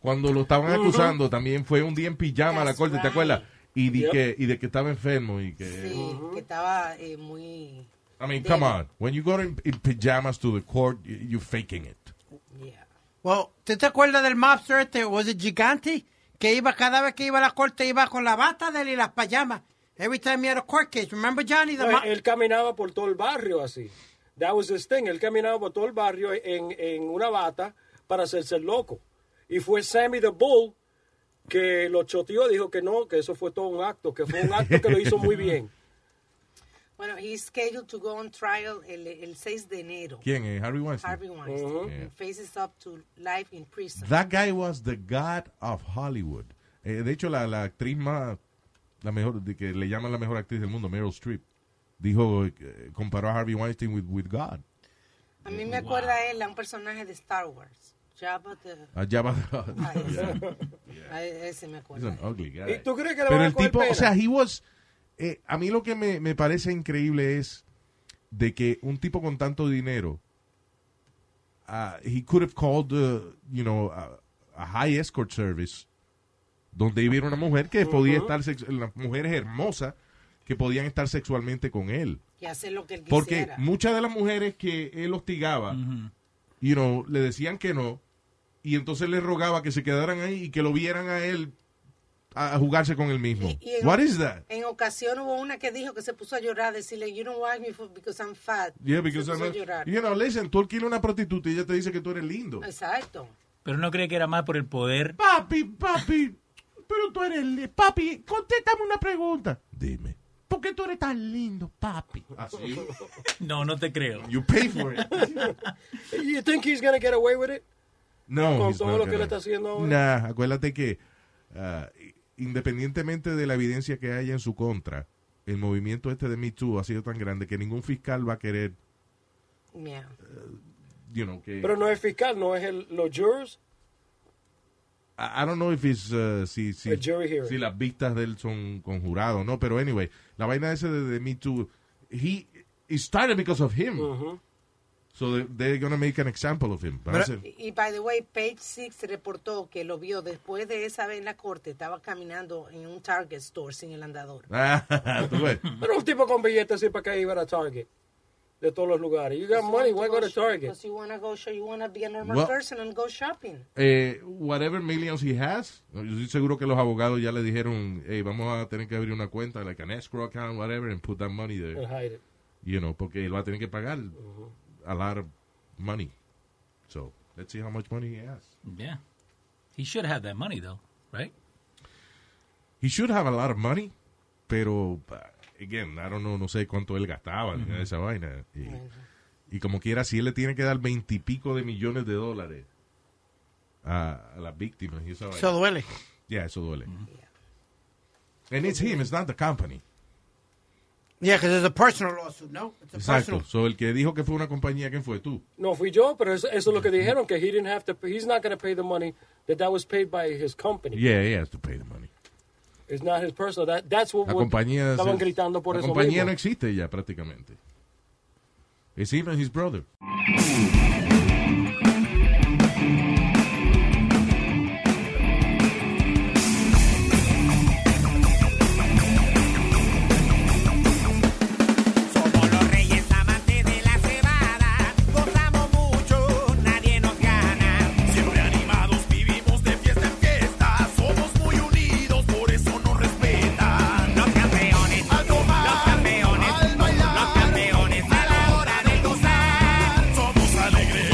Cuando lo estaban acusando, también fue un día en pijama a la
That's
corte, ¿te
right.
acuerdas? Y de,
Yep.
que, y de que estaba enfermo y que...
Sí, que estaba eh, muy
I mean, come on. When you go in, in pajamas to the court, y- you're faking it.
yeah.
Well, ¿tú te acuerdas del mobster este? Was it Gigante? Que iba, cada vez que iba a la corte, iba con la bata de él y las pajamas. Every time he had a court case. Remember, Johnny? The
No,
mo-
él caminaba por todo el barrio así. That was his thing. Él caminaba por todo el barrio en, en una bata para hacerse el loco. Y fue Sammy the Bull que lo choteó, dijo que no, que eso fue todo un acto, que fue un acto que lo hizo muy bien.
Bueno, he's scheduled to go on trial el, el 6 de enero.
¿Quién es? Harry Weinstein.
Harvey Weinstein
Uh-huh.
Yeah.
and faces up to life in prison.
That guy was the god of Hollywood. Eh, de hecho, la, la actriz más, la mejor, de que le llaman la mejor actriz del mundo, Meryl Streep, dijo, eh, comparó a Harvey Weinstein with, with God.
A mí me acuerda a él a un personaje de Star Wars. Jabba the...
A Ah, Jabba the Hutt.
a ese. A e, ese me
He's
acuerda.
an ugly guy.
¿Y tú crees que le
Pero
van a
el
coger
tipo,
pena?
o sea, he was, eh, a mí lo que me, me parece increíble es de que un tipo con tanto dinero, ah, he could have called, uh, you know, a, a high escort service, donde hubiera una mujer que podía estar, sex- las mujeres hermosas que podían estar sexualmente con él.
Y hacer lo que él
Porque
quisiera.
muchas de las mujeres que él hostigaba, you know, le decían que no, y entonces le rogaba que se quedaran ahí y que lo vieran a él a, a jugarse con él mismo.
Y- y en-
What is that?
En ocasión hubo una que dijo que se puso a llorar, decirle, you don't like me for- because I'm fat.
Yeah, because
se puso
I'm
a llorar.
you know, listen, tú alquilas una prostituta y ella te dice que tú eres lindo.
Exacto.
Pero no cree que era más por el poder.
Papi, papi, pero tú eres lindo. Papi, contéstame una pregunta. Dime. ¿Por qué tú eres tan lindo, papi? Así.
No, no te creo.
Ah, You pay for it.
You think he's gonna get away with it?
No,
con
he's
todo
not
lo que
gonna.
le está haciendo ahora.
Nah, acuérdate que ah, independientemente de la evidencia que haya en su contra, el movimiento este de Me Too ha sido tan grande que ningún fiscal va a querer, uh,
Yeah.
you know, que...
Pero no es fiscal, no es el, los jurors.
I I don't know if it's, uh, si, si,
A jury hearing.
si las vistas de él son conjurado, no, pero anyway, la vaina ese de, de Me Too, he, it started because of him.
Uh-huh.
So they- they're going to make an example of him. Van a hacer-
Y, y, by the way, Page Six reportó que lo vio después de esa vez en la corte. Estaba caminando en un Target store sin el andador.
Ah, tú ves.
Pero un tipo con billetes así para que iba a Target. De todos los lugares. You got money, why go to Target?
Because you wanna go shop- you wanna be a normal
Well-
person and go shopping.
eh, whatever millions he has, yo estoy seguro que los abogados ya le dijeron, hey, vamos a tener que abrir una cuenta, like an escrow account, whatever, and put that money
And
there,
hide it. Uh-huh.
you know, porque él va a tener que pagar a lot of money. So, let's see how much money he has.
Yeah. He should have that money, though, right?
He should have a lot of money, pero, uh, again, I don't know, no sé cuánto él gastaba en esa vaina. Y, y como quiera, si él le tiene que dar veintipico de millones de dólares a, a las víctimas y esa vaina.
Eso duele.
Yeah, eso duele. And it's him, it's not the company.
Yeah, because it's a personal lawsuit, no? It's a
Exacto.
personal.
So, el que dijo que fue una compañía, ¿quién fue tú?
No fui yo, pero eso, eso es lo que dijeron, que he didn't have to, he's not going to pay the money that that was paid by his company.
Yeah, he has to pay the money.
It's not his personal. That, that's what
La
what-
compañía,
estaban
se-
gritando por
la
eso
compañía
mismo.
no existe ya prácticamente. It's him and his brother.
Somos los reyes amantes de la cebada, gozamos mucho, nadie nos gana. Siempre animados, vivimos de fiesta en fiesta, somos muy unidos, por eso nos respetan. Los campeones, al tomar, los campeones, al bailar, los campeones a la hora de gozar. Somos alegres.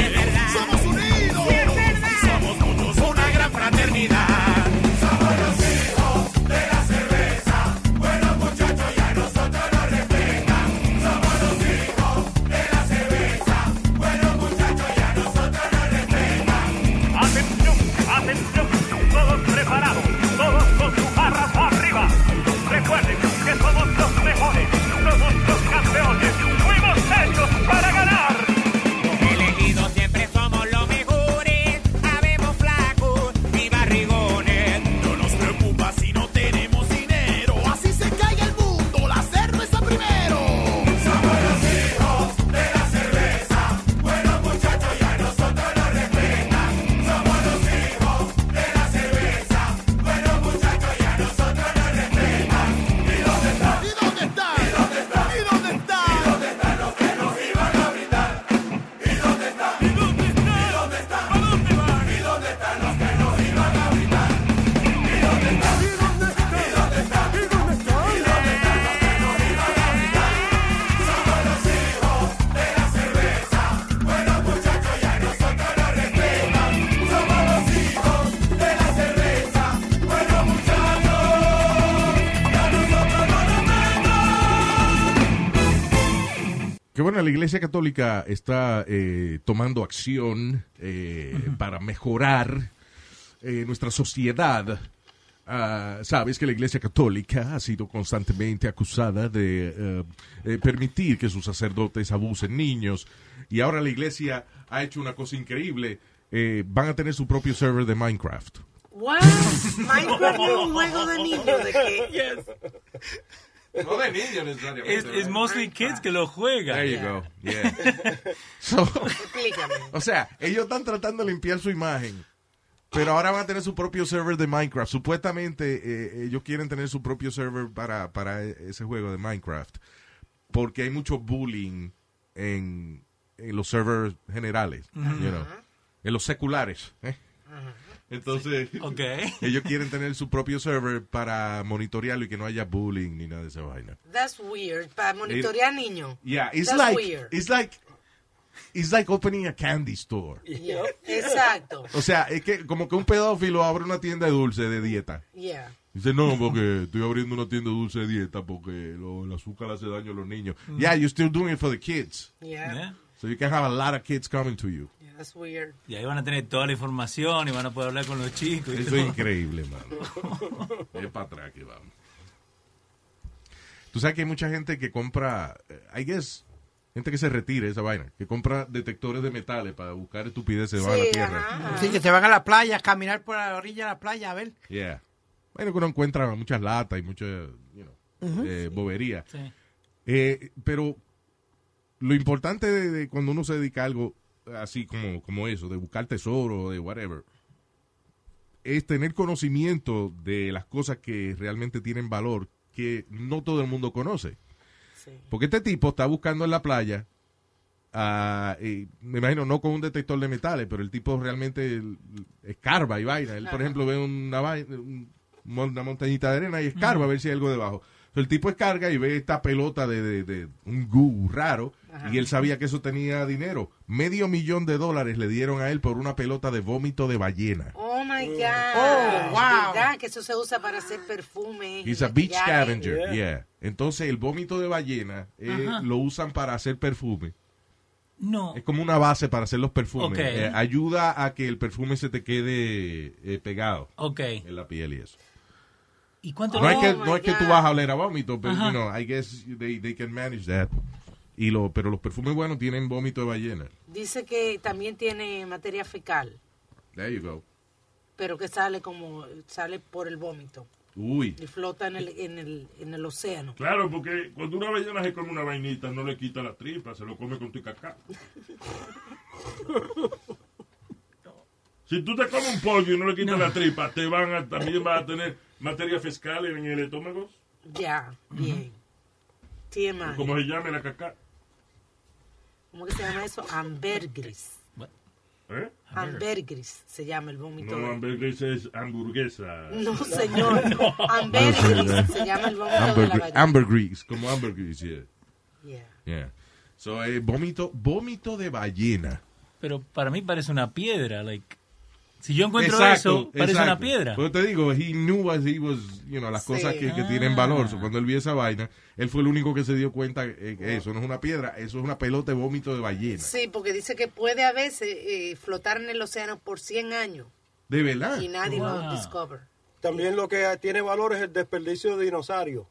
Ahora la Iglesia Católica está eh, tomando acción eh, para mejorar eh, nuestra sociedad. Ah, Sabes que la Iglesia Católica ha sido constantemente acusada de eh, eh, permitir que sus sacerdotes abusen niños. Y ahora la Iglesia ha hecho una cosa increíble. Eh, van a tener su propio server de Minecraft.
What? Minecraft es un juego de niños de qué?
No de niños necesariamente.
It's, it's mostly kids que lo juegan.
There you go. Yeah. So,
Explícame.
o sea, ellos están tratando de limpiar su imagen. Pero ahora van a tener su propio server de Minecraft. Supuestamente eh, ellos quieren tener su propio server para, para e, ese juego de Minecraft. Porque hay mucho bullying en, en los servers generales, you know, en los seculares. ¿eh? Entonces,
Ok.
ellos quieren tener su propio server para monitorearlo y que no haya bullying ni nada de esa vaina.
That's weird. Para monitorear niños.
Yeah, it's
That's
like
weird.
it's like it's like opening a candy store.
Yeah. Exacto.
O sea, es que como que un pedófilo abre una tienda de dulce de dieta.
Yeah.
Dice, no, porque estoy abriendo una tienda de dulce de dieta porque lo- el azúcar le hace daño a los niños. Yeah, you're still doing it for the kids.
Mm. Yeah.
Yeah.
So you can have a lot of kids coming to you.
Yeah, That's weird.
Y ahí van a tener toda la información y van a poder hablar con los chicos. y
Eso
todo.
es increíble, mano. Es para "Eh, atrás que vamos. Tú sabes que hay mucha gente que compra, hay guess, gente que se retira de esa vaina, que compra detectores de metales para buscar estupideces debajo de la
Sí,
tierra.
ajá.
Sí, que se van a la playa, a caminar por la orilla de la playa, a ver.
Yeah. Bueno, que uno encuentra muchas latas y muchas you know, eh, bobería.
Sí.
Eh, pero lo importante de, de cuando uno se dedica a algo así como, como eso, de buscar tesoro, de whatever, es tener conocimiento de las cosas que realmente tienen valor que no todo el mundo conoce.
Sí.
Porque este tipo está buscando en la playa, ah, y me imagino no con un detector de metales, pero el tipo realmente l- escarba y vaina. Él, por ejemplo, ve una, vai- un- una montañita de arena y escarba a ver si hay algo debajo. Entonces, el tipo escarga y ve esta pelota de, de- de un goo raro y él sabía que eso tenía dinero. Medio millón de dólares le dieron a él por una pelota de vómito de ballena.
Oh my
Mm.
God.
Oh, wow.
¿Verdad? Que eso se usa para hacer perfume.
He's a beach scavenger,
Yeah.
yeah. Entonces el vómito de ballena eh,
Ajá.
lo usan para hacer perfume.
No.
Es como una base para hacer los
Ok.
perfumes. Eh, ayuda a que el perfume se te quede eh, pegado
Ok.
en la piel y eso.
¿Y cuánto?
No es que,
my
no es que
God.
tú vas a oler a vómito, pero
Ajá.
you know, I guess they, they can manage that. Y lo, pero los perfumes buenos tienen vómito de ballena.
Dice que también tiene materia fecal,
There you go.
pero que sale como sale por el vómito
Uy.
y flota en el, en el, en el océano.
Claro, porque cuando una ballena se come una vainita, no le quita la tripa, se lo come con tu cacao. Si tú te comes un pollo y no le quitas la tripa, te van a, también vas a tener materia fiscal en el estómago,
Ya, bien. TMI.
como se llame la cacao.
¿Cómo que se llama eso? Ambergris.
¿Eh?
Ambergris se llama el vómito.
No, hamburguesa es hamburguesa.
No, señor.
Ah,
Ambergris se llama el vómito de la
Ambergris,
ballena.
ambergris, como ambergris, yeah.
Yeah.
yeah. So, eh, vómito, vómito de ballena.
Pero para mí parece una piedra. Like, si yo encuentro eso, parece
exacto.
una piedra.
Pero te digo, he knew what he was, you know, las
Sí.
cosas que, que
Ah.
tienen valor. So, cuando él vio esa vaina, él fue el único que se dio cuenta eh, que eso no es una piedra, eso es una pelota de vómito de ballena.
Sí, porque dice que puede a veces eh, flotar en el océano por 100 años
De verdad.
y nadie
Wow.
lo discover.
También lo que tiene valor es el desperdicio de dinosaurio.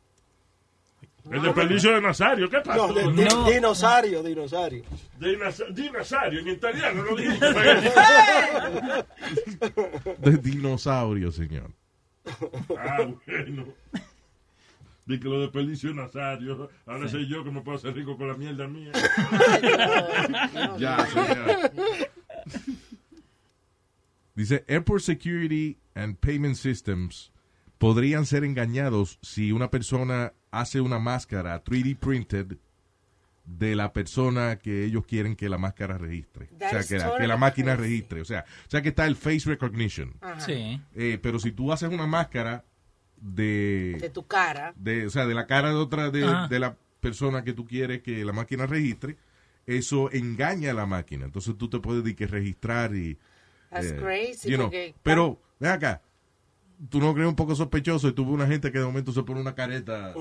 El desperdicio de Nazario, ¿qué pasó?
No, de,
De-
di-
No.
dinosaurio, dinosaurio.
de Naz- di Nazario, en italiano lo dije.
De dinosaurio, señor.
ah, bueno. Di que lo desperdicio de Nazario. Ahora soy yo que me puedo hacer rico con la mierda mía.
Ya, señor. Dice, Airport Security and Payment Systems podrían ser engañados si una persona hace una máscara 3D printed de la persona que ellos quieren que la máscara registre.
That
o sea,
is
que la,
totally
que la
crazy.
máquina
Ah.
registre. O sea, o sea, que está el face recognition.
Sí.
Eh, pero si tú haces una máscara
De
de,
tu cara.
de- o sea, de la cara de otra, de,
Ajá.
de la persona que tú quieres que la máquina registre, eso engaña a la máquina. Entonces tú te puedes di que registrar y...
That's
Eh,
crazy.
you know,
porque-
pero, ven acá. tú no crees un poco sospechoso y tuvo una gente que de momento se pone una careta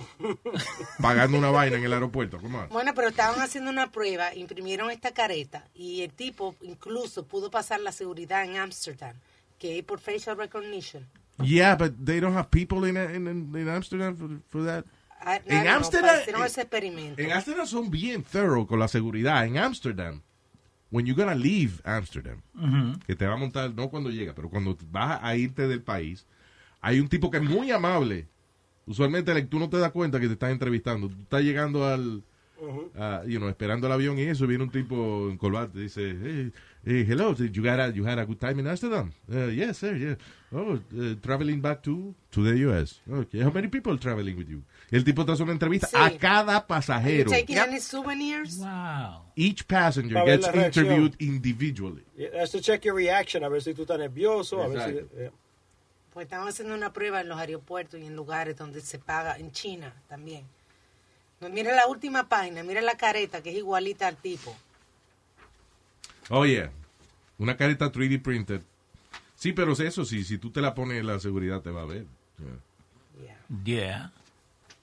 pagando una vaina en el aeropuerto. ¿Cómo es?
Bueno, pero estaban haciendo una prueba, imprimieron esta careta y el tipo incluso pudo pasar la seguridad en Amsterdam, que es por facial recognition.
Yeah, but they don't have people in, in, in Amsterdam for, for that.
Ah, no,
En eh,
no,
Amsterdam-
hicieron ese experimento.
En Amsterdam son bien thorough con la seguridad. En Amsterdam, when you're gonna leave Amsterdam,
Ujú.
que te va a montar, no cuando llega, pero cuando vas a irte del país, hay un tipo que es muy amable. Usualmente like, tú no te das cuenta que te están entrevistando. Tú estás llegando al, a, you know, esperando el avión y eso, viene un tipo en colbate y dice, hey, hey, hello, did you, had a, you had a good time in Amsterdam? "Uh, yes, sir, yeah. Oh, uh, traveling back to, to the U.S. Okay, how many people traveling with you? El tipo te hace una entrevista
Sí.
a cada
Are you
pasajero.
taking any souvenirs?
Wow.
Each passenger
Para ver
gets
la reacción.
interviewed individually.
Yeah, That's to check your reaction, a ver si tú estás nervioso, a ver si... eh,
Exacto.
yeah.
Pues estaban haciendo una prueba en los aeropuertos y en lugares donde se paga, en China también. No, mira la última página, mira la careta que es igualita al tipo.
Oh, yeah. Una careta 3D printed. Sí, pero eso sí, si tú te la pones, la seguridad te va a ver. Yeah.
Yeah.
Yeah.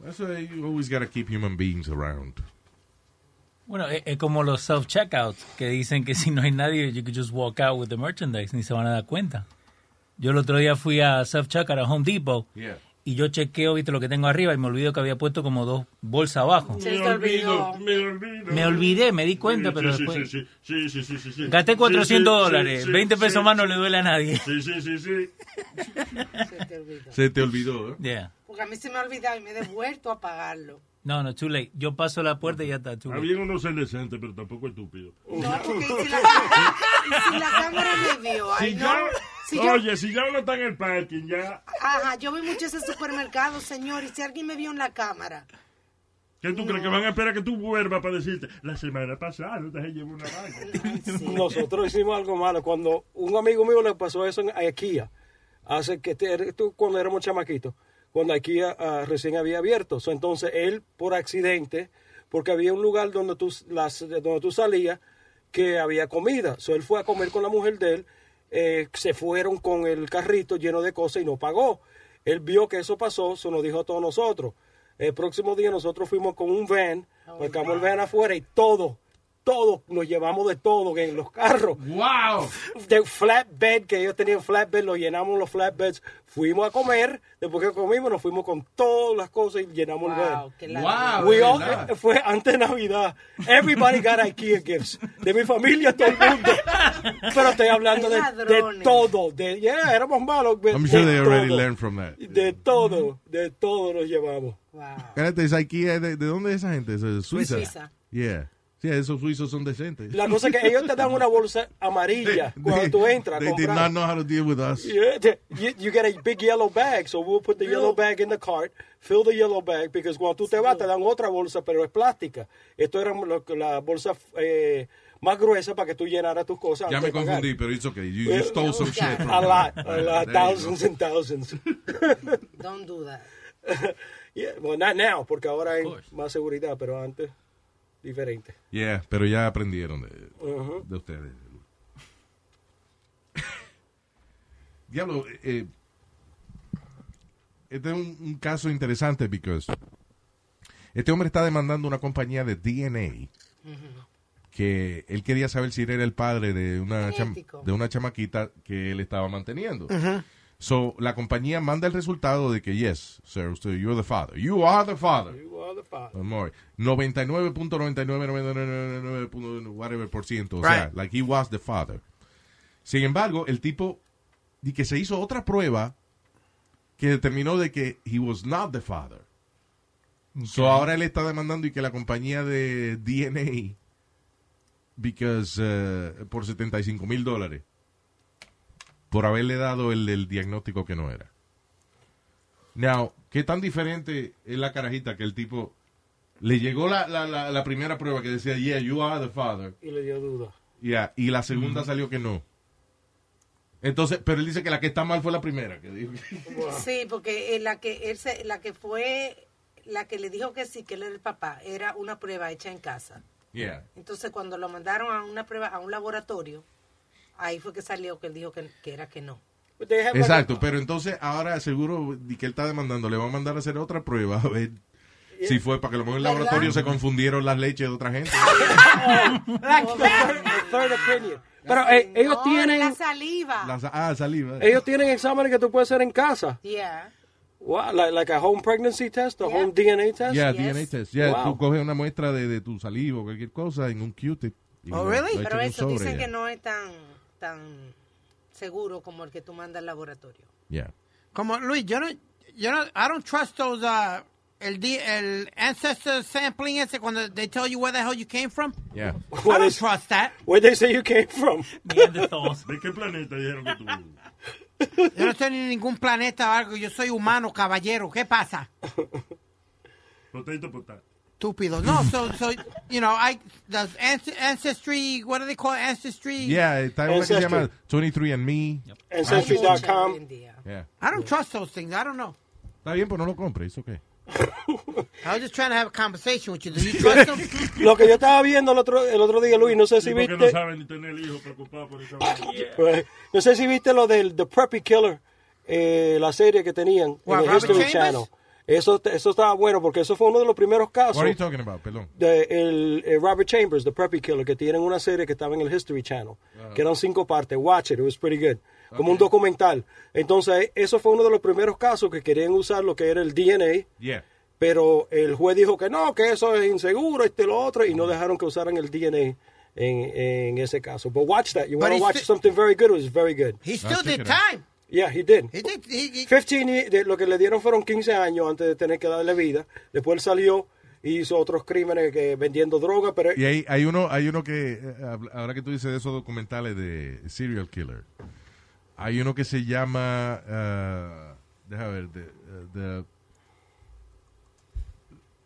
That's why you always gotta keep human beings around.
Bueno, es, es como los self-checkouts que dicen que si no hay nadie, you could just walk out with the merchandise, ni se van a dar cuenta. Yo el otro día fui a self-checkout a Home Depot
Yeah.
y yo chequeo, viste, lo que tengo arriba y me olvido que había puesto como dos bolsas abajo.
Se te olvidó.
me olvido.
Me olvidé, me di cuenta,
Sí,
pero
sí,
después-
sí, sí, sí, sí, sí, sí.
Gasté
Sí,
400
sí,
dólares,
sí, sí,
20 pesos
sí,
más no le duele a nadie.
Sí, sí, sí, sí.
Se te olvidó.
Se te olvidó, ¿eh?
Yeah.
Porque a mí se me ha olvidado y me he devuelto a pagarlo.
No, no, too late. Yo paso la puerta y ya está, too late.
Había unos indecentes, pero tampoco estúpidos.
No, porque y si la, y si la cámara me vio.
Si
ay, no.
ya,
Si yo-
oye, si ya uno está en el parking, ya,
Ajá, yo voy mucho a ese supermercado, señor, y si alguien me vio en la cámara.
¿qué tú crees? Que van a esperar que tú vuelvas para decirte, la semana pasada no te llevé una vaca.
Sí.
Nosotros hicimos algo malo. Cuando un amigo mío le pasó eso en IKEA, hace que te- tú, cuando éramos chamaquitos, cuando IKEA ah, recién había abierto. So, entonces él, por accidente, porque había un lugar donde tú, las, donde tú salías que había comida. So, él fue a comer con la mujer de él, eh, se fueron con el carrito lleno de cosas y no pagó. Él vio que eso pasó, se nos dijo a todos nosotros. El próximo día nosotros fuimos con un van,
Oh,
marcamos el van afuera y todo, todo, nos llevamos de todo en los carros.
¡Wow!
De flatbed, que ellos tenían flatbed, lo llenamos los flatbeds, fuimos a comer, después que comimos nos fuimos con todas las cosas y llenamos el
Wow,
van.
qué largo.
Wow.
We
de
all-
verdad.
eh, fue antes de Navidad. Everybody got IKEA gifts. De mi familia, todo el mundo. Pero estoy hablando de,
Qué
de
ladrones.
todo. De, yeah, éramos malos. de-
I'm sure
de
they already
todo.
learned from Mm-hmm. that.
De todo, de todo nos llevamos.
Wow.
Espérate, es aquí, eh, ¿de, de dónde es esa gente? ¿Es de Suiza?
Suiza.
Yeah. Sí, esos suizos son decentes.
Pues La cosa es que ellos te dan una bolsa amarilla cuando tú entras. a
They did not
comprar.
know how to deal with us.
Yeah, the- you, you get a big yellow bag, so we'll put the yellow bag in the cart, fill the yellow bag, because cuando tú te vas te dan otra bolsa, pero es plástica. Esto era lo que- la bolsa eh, más gruesa para que tú llenaras tus cosas.
Ya me
antes de pagar.
confundí, pero it's okay. You, you stole some shit. from
Pues, A
them.
lot, a lot,
There you go.
thousands and thousands.
Don't do that.
yeah, well, not now, porque ahora hay
course.
más seguridad, pero antes diferente.
Yeah, pero ya aprendieron de,
Ujú.
de ustedes. Diablo, eh, este es un, un caso interesante because este hombre está demandando una compañía de DNA que él quería saber si él era el padre de una, cham-
Genético.
de una chamaquita que él estaba manteniendo.
Mm-hmm.
So, la compañía manda el resultado de que, yes, sir, usted, you're the father. You are the father.
You are the father.
Don't worry. 99.999999 whatever por ciento. O sea,
Right.
like he was the father. Sin embargo, el tipo y que se hizo otra prueba que determinó de que he was not the father. So ahora él está demandando y que la compañía de DNA because eh, por 75 mil dólares por haberle dado el, el diagnóstico que no era. Now, ¿qué tan diferente es la carajita que el tipo le llegó la, la, la, la primera prueba que decía, yeah, you are the father,
Y le dio duda.
yeah, y la segunda salió que no? Entonces, pero él dice que la que está mal fue la primera. Que dijo que-
Sí, porque eh, la que él se- la que fue la que le dijo que sí, que él era el papá, era una prueba hecha en casa.
yeah.
Entonces cuando lo mandaron a una prueba a un laboratorio, ahí fue que salió que él dijo que, que era que no.
But they have like a-
Exacto, pero entonces ahora seguro de que él está demandando, le va a mandar a hacer otra prueba a ver si fue para que a lo mejor en el laboratorio se confundieron las leches de otra gente.
Oh, the third- the third opinion. Pero eh, ellos
Oh, la
tienen
saliva.
Las- ah, saliva.
ellos tienen exámenes que tú puedes hacer en casa.
Yeah.
Wow, like, like a home pregnancy test, a
Yeah.
home DNA test.
Yeah,
Yes.
DNA test. Yeah,
Wow.
tú coges una muestra de, de tu saliva o cualquier cosa en un Q-tip. y
Oh,
lo-
really?
lo echas
Pero
en un
eso dicen
sobre,
que
yeah.
no es tan, tan seguro como el que tú mandas al laboratorio.
Yeah.
Como Luis, yo no, yo no, I don't trust those, uh, el, D- el ancestor sampling ese cuando they tell you where the hell you came from.
Yeah.
I
What
don't
is-
trust that.
Where they say you came from.
Neanderthals.
¿De qué planeta dijeron que tú?
Yo no estoy en ningún planeta o algo. Yo soy humano, caballero. ¿Qué pasa?
Potato, potato.
Estúpido. No, so, so, you know, I, the anc- ancestry, what do they call it? Ancestry.
Yeah, está una que se
Ancestry.
este.
llama 23andMe. Ah,
Mucha hoy
Ancestry.com.
en día.
Yeah.
I don't trust those things. I don't know.
Está bien, pero no lo compres, okay.
I was just trying to have a conversation with you. Do you trust them?
Lo que yo estaba viendo el otro, el otro día, Luis, no sé si
Sí, porque no
viste.
saben ni tener hijos preocupados por esa vaina.
Right. Pues, No sé si viste lo del The Preppy Killer, eh, la serie que tenían
What,
en el
Robert
History
Chambers?
Channel. Eso, eso estaba bueno porque eso fue uno de los primeros casos
What are you talking about? Perdón.
de el, eh, Robert Chambers, The Preppy Killer, que tienen una serie que estaba en el History Channel, que eran cinco partes. Watch it, it was pretty good. Como un documental. Entonces, eso fue uno de los primeros casos que querían usar lo que era el DNA,
Yeah.
pero el juez dijo que no, que eso es inseguro, este lo otro, y no dejaron que usaran el DNA en, en ese caso. But watch that. You
But
want to
he
watch
sti-
something very good, it was very good.
He still
check
did
it out.
time.
Yeah, he did.
He did. He, he,
15 y- de- lo que le dieron fueron 15 años antes de tener que darle vida. Después él salió y hizo otros crímenes que vendiendo droga, pero
Y hay, hay uno hay uno que, eh, habla- ahora que tú dices de esos documentales de Serial Killer, hay uno que se llama, ah, deja ver, de, eh, de-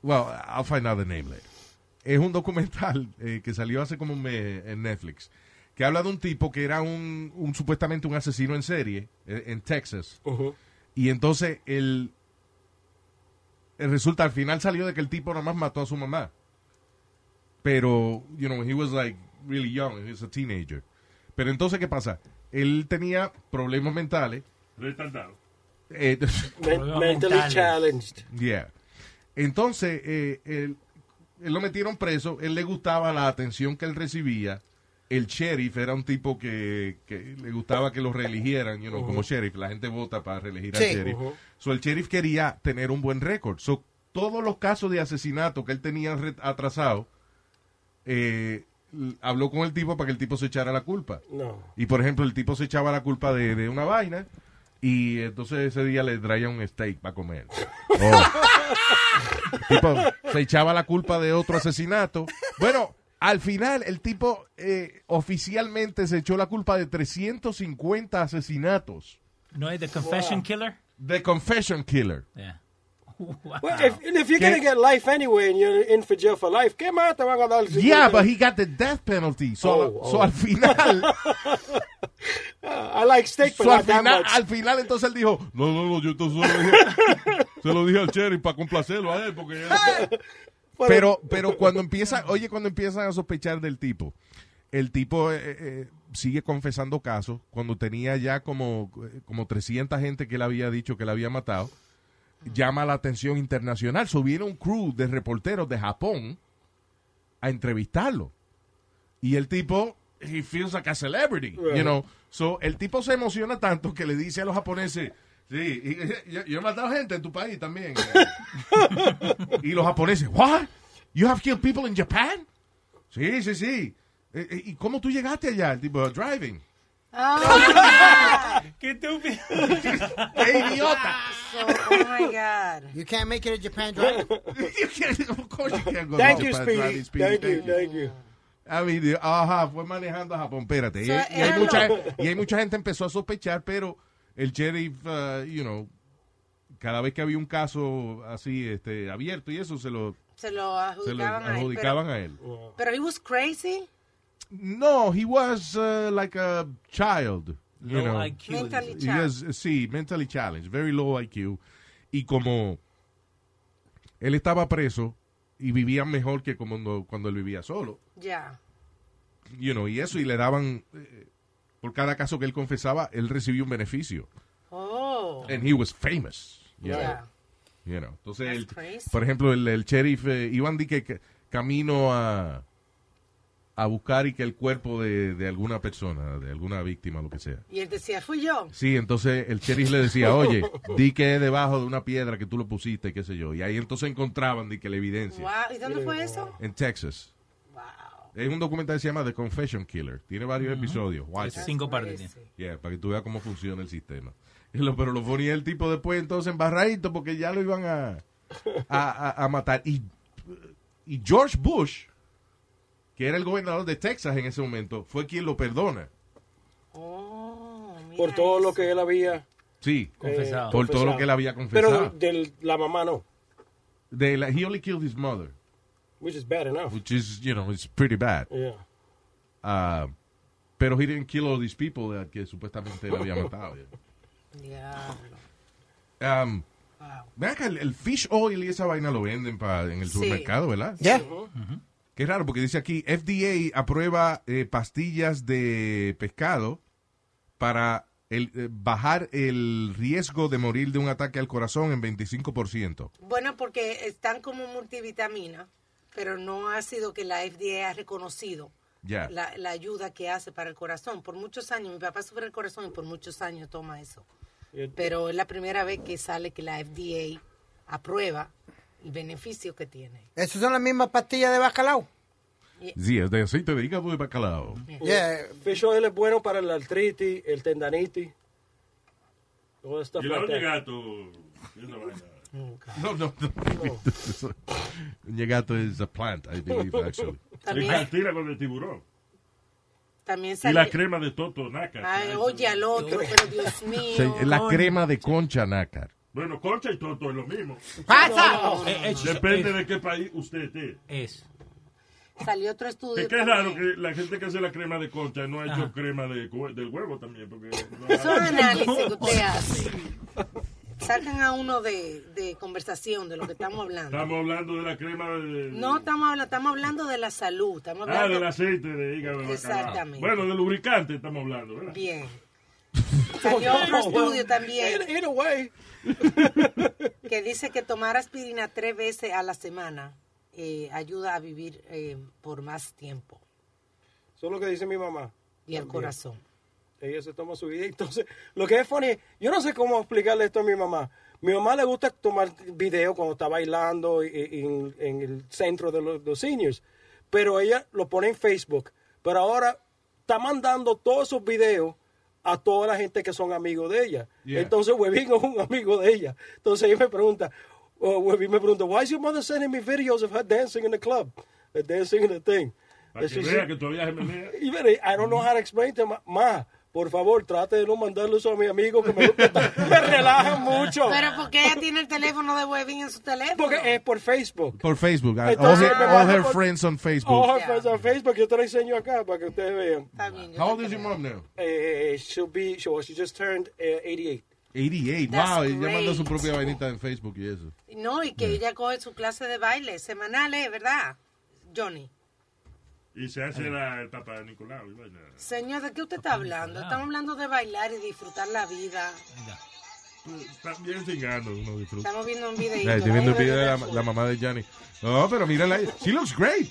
well, I'll find out the name later. Es un documental eh, que salió hace como un mes en Netflix, que habla de un tipo que era un, un supuestamente un asesino en serie eh, en Texas. Y entonces el, el resulta al final salió de que el tipo nada más mató a su mamá. Pero, you know, he was like really young, he was a teenager. Pero entonces, ¿qué pasa? Él tenía problemas mentales.
Retardado.
eh,
men-
Problemas
mentally
mentales.
challenged.
yeah. Entonces, eh, él, él lo metieron preso, él le gustaba la atención que él recibía. El sheriff era un tipo que, que le gustaba que lo reeligieran, you know, como sheriff. La gente vota para reelegir al
Sí.
sheriff. So, el sheriff quería tener un buen récord. So, todos los casos de asesinato que él tenía re- atrasado, eh, l- habló con el tipo para que el tipo se echara la culpa.
No.
Y por ejemplo, el tipo se echaba la culpa de, de una vaina y entonces ese día le traía un steak para comer. Oh. El tipo se echaba la culpa de otro asesinato. Bueno, al final el tipo eh, oficialmente se echó la culpa de 350 asesinatos.
No es The Confession Killer.
The Confession Killer.
Yeah.
Well, if, if you're
Que-
gonna get life anyway and you're in for jail for life, ¿qué más te van a dar? si
Yeah,
tú-
but he got the death penalty. So,
Oh,
so
oh.
al final,
I like steak, but
so al,
not that
final
much.
al final entonces él dijo, no, no, no, yo esto solo dije, se lo dije al sheriff para complacerlo a él porque... pero, pero cuando empieza, oye, cuando empiezan a sospechar del tipo, el tipo eh, eh, sigue confesando casos. Cuando tenía ya como, eh, como 300 gente que le había dicho que le había matado, llama la atención internacional. Subieron un crew de reporteros de Japón a entrevistarlo. Y el tipo, he feels like a celebrity, you know. So, el tipo se emociona tanto que le dice a los japoneses, sí, y- y- yo, yo he matado gente en tu país también. eh". y los japoneses, what? You have killed people in Japan? Sí, sí, sí. Eh, eh, ¿Y cómo tú llegaste allá? El tipo, driving.
Qué estúpido.
¡Qué idiota!
So, oh my God.
you can't make it a Japan drive.
You can't- of course you can't go
Thank
to
you,
Japan
Speedy.
driving, Speedy.
Thank you,
Thank you.
thank you.
I mean, de- Ah, ajá, fue manejando a Japón, espérate. Y,
So,
y hay
era
mucha, y hay mucha gente empezó a sospechar, pero el sheriff, uh, you know, cada vez que había un caso así este, abierto y eso, se lo,
Se lo
se lo
adjudicaban,
adjudicaban
a él.
a él.
Pero, pero he was crazy,
No, he was uh, like a child, you
Low
know.
IQ.
mentally
He
challenged.
was, uh, sí, mentally challenged, very low IQ. Y como él estaba preso y vivía mejor que como no- cuando él vivía solo,
Yeah.
you know, y eso, y le daban eh, por cada caso que él confesaba, él recibió un beneficio.
Oh.
And he was famous. you know.
Yeah.
You know. Entonces,
That's
el-
crazy.
por ejemplo, el, el sheriff eh, iban di que, que camino a a buscar y que el cuerpo de, de alguna persona, de alguna víctima, lo que sea.
Y él decía, fui yo.
Sí, entonces el sheriff le decía, oye, di que es debajo de una piedra que tú lo pusiste, qué sé yo. Y ahí entonces encontraban di que la evidencia.
Wow. Ah, ¿Y dónde fue eso?
En Texas.
Wow.
Es un documental que se llama The Confession Killer. Tiene varios episodios. Watch it.
Cinco partes.
Yeah, para que tú veas cómo funciona el sistema. Y lo- Pero lo ponía el tipo después entonces embarradito porque ya lo iban a, a, a- a matar. Y, y George Bush, que era el gobernador de Texas en ese momento, fue quien lo perdona.
Oh, mira
Por todo lo que él había
Sí,
Confesado.
por todo lo que él había
Eh, Pero
confesado.
de la mamá no.
de la, he only killed his mother,
Which is bad enough.
which is, you know, it's pretty bad.
Yeah.
Ah, pero he didn't kill all these people that que supuestamente él había matado. yeah.
eso. Diablo.
Um,
Wow.
ven acá, el, el fish oil y esa vaina lo venden pa- en el
Sí.
supermercado, ¿verdad?
Yeah.
Qué raro, porque dice aquí, FDA aprueba eh, pastillas de pescado para el, eh, bajar el riesgo de morir de un ataque al corazón en 25%.
Bueno, porque están como multivitamina, pero no ha sido que la FDA ha reconocido
Ya.
la, la ayuda que hace para el corazón. Por muchos años, mi papá sufre el corazón y por muchos años toma eso. Pero es la primera vez que sale que la FDA aprueba el beneficio que tiene.
Esas son las mismas pastillas de bacalao.
Sí, es de aceite de hígado de bacalao.
Yeah.
Fish oil es bueno para la artritis, el tendanitis. Todo esto.
Y el de gato. y esa vaina.
No, no, no. Llegato is a plant, I believe, actually.
El
También,
cartílago de tiburón.
también
Y la
salió.
crema de Toto Naca.
Ay, oye al otro, pero Dios mío.
Se- la crema de concha nácar.
Bueno, Concha y Toto es lo mismo.
¡Pasa!
Eh, eh, ch-
Depende
eh,
de qué país usted esté.
Es.
Salió otro estudio.
Que qué
también.
raro que la gente que hace la crema de concha no ha hecho crema de, hue- del huevo también. Porque
Son análisis que usted hace. Sacan a uno de, de conversación, de lo que estamos hablando.
estamos hablando de la crema de.
No estamos hablando, estamos hablando de la salud. Estamos
Ah,
hablando
del aceite de hígado. de bacalao.
Exactamente.
Bueno, de lubricante estamos hablando, ¿verdad?
bien. Salió otro estudio
In,
también
in a way.
que dice que tomar aspirina tres veces a la semana eh, ayuda a vivir eh, por más tiempo
Eso es lo que dice mi mamá.
y el corazón.
Ella se toma su vida. Entonces, lo que es funny, es, yo no sé cómo explicarle esto a mi mamá. Mi mamá le gusta tomar video cuando está bailando y- y- en, en el centro de los, los seniors, pero ella lo pone en Facebook. Pero ahora está mandando todos esos videos a toda la gente que son amigos de ella.
Yeah.
Entonces, Webin es un amigo de ella. Entonces, ella me pregunta, o Webin me pregunta, why is your mother sending me videos of her dancing in the club? uh, Dancing in the thing.
Para
And
que
she
vea
said-
que todavía se menea.
y mire, I don't know how to explain to ma, ma, por favor, trate de no mandarle eso a mi amigo que me, me relaja mucho.
Pero porque ella tiene el teléfono de Webin en su teléfono.
Porque es por Facebook.
Por Facebook. uh, all
Entonces,
her-
me
all
bajo
her
por-
friends on Facebook.
Ojo, pues a Facebook, yo te lo enseño acá para que ustedes vean.
Está bien, yo
How
te
old is your
creo.
mom now?
Eh, she'll be, she, well, she just turned eh, 88.
88.
That's
wow, ella manda su
great.
propia vainita en Facebook y eso.
No, y que ella coge su clase de baile semanales, ¿verdad? Johnny.
Y se hace la, el Papa Nicolau. y vaina.
Señor, ¿de qué usted está hablando? Estamos hablando de bailar y disfrutar la vida.
Pues, También cingando uno disfruta.
Estamos viendo un videito.
Estoy viendo el
Ay,
video de la,
¿verdad?
la mamá de Johnny. No, pero mírala. ahí. She looks great.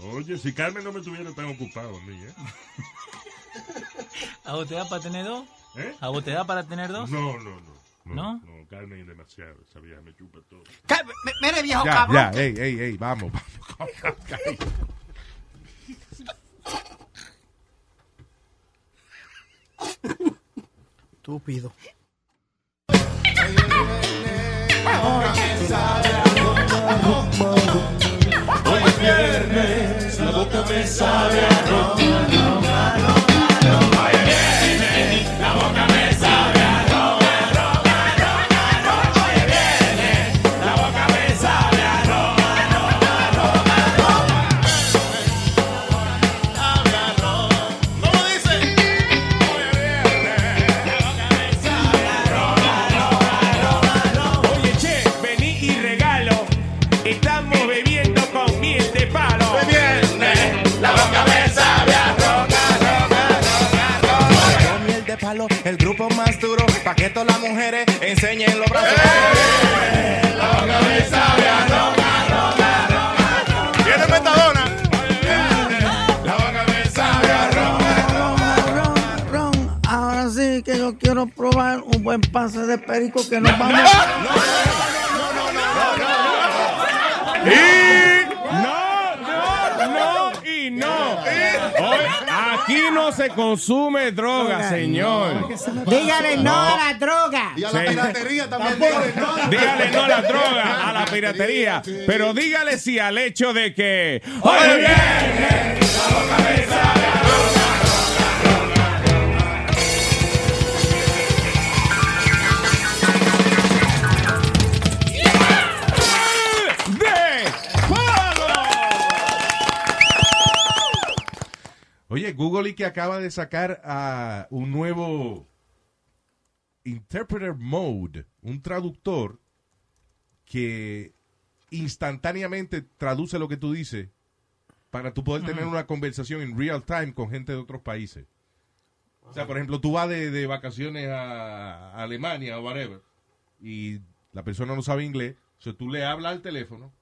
Oye, si Carmen no me tuviera tan ocupado a mí, ¿eh?
¿A vos te da para tener dos?
¿Eh?
¿A vos te da para tener dos?
No, no, no.
¿No?
No, Carmen es demasiado. Esa vieja me chupa todo.
Ca- m- Mire, viejo
Ya,
cabrón.
ya, ey, ey, ey, vamos, vamos.
Estúpido.
Oye, che, vení y regalo. Estamos bebiendo con miel de palo. De viernes, la boca me sabe a
todas las mujeres enseñen los brazos.
Tiene metadona. La boca me sabe a
Ron, ahora sí que yo quiero probar un buen pase de perico que nos vamos.
Y
no, no, no y no.
Hoy, aquí no se consume droga, señor.
Dígale no a la droga.
Y a la Sí. piratería
también.
Dígale no a la droga, a la piratería. Pero dígale sí al hecho de que. ¡Oye, bien!
Oye, Google y que acaba de sacar ah, un nuevo interpreter mode, un traductor que instantáneamente traduce lo que tú dices para tú poder tener
Ujú.
una conversación en real time con gente de otros países. O sea, por ejemplo, tú vas de, de vacaciones a a Alemania o whatever y la persona no sabe inglés, o sea, tú le hablas al teléfono,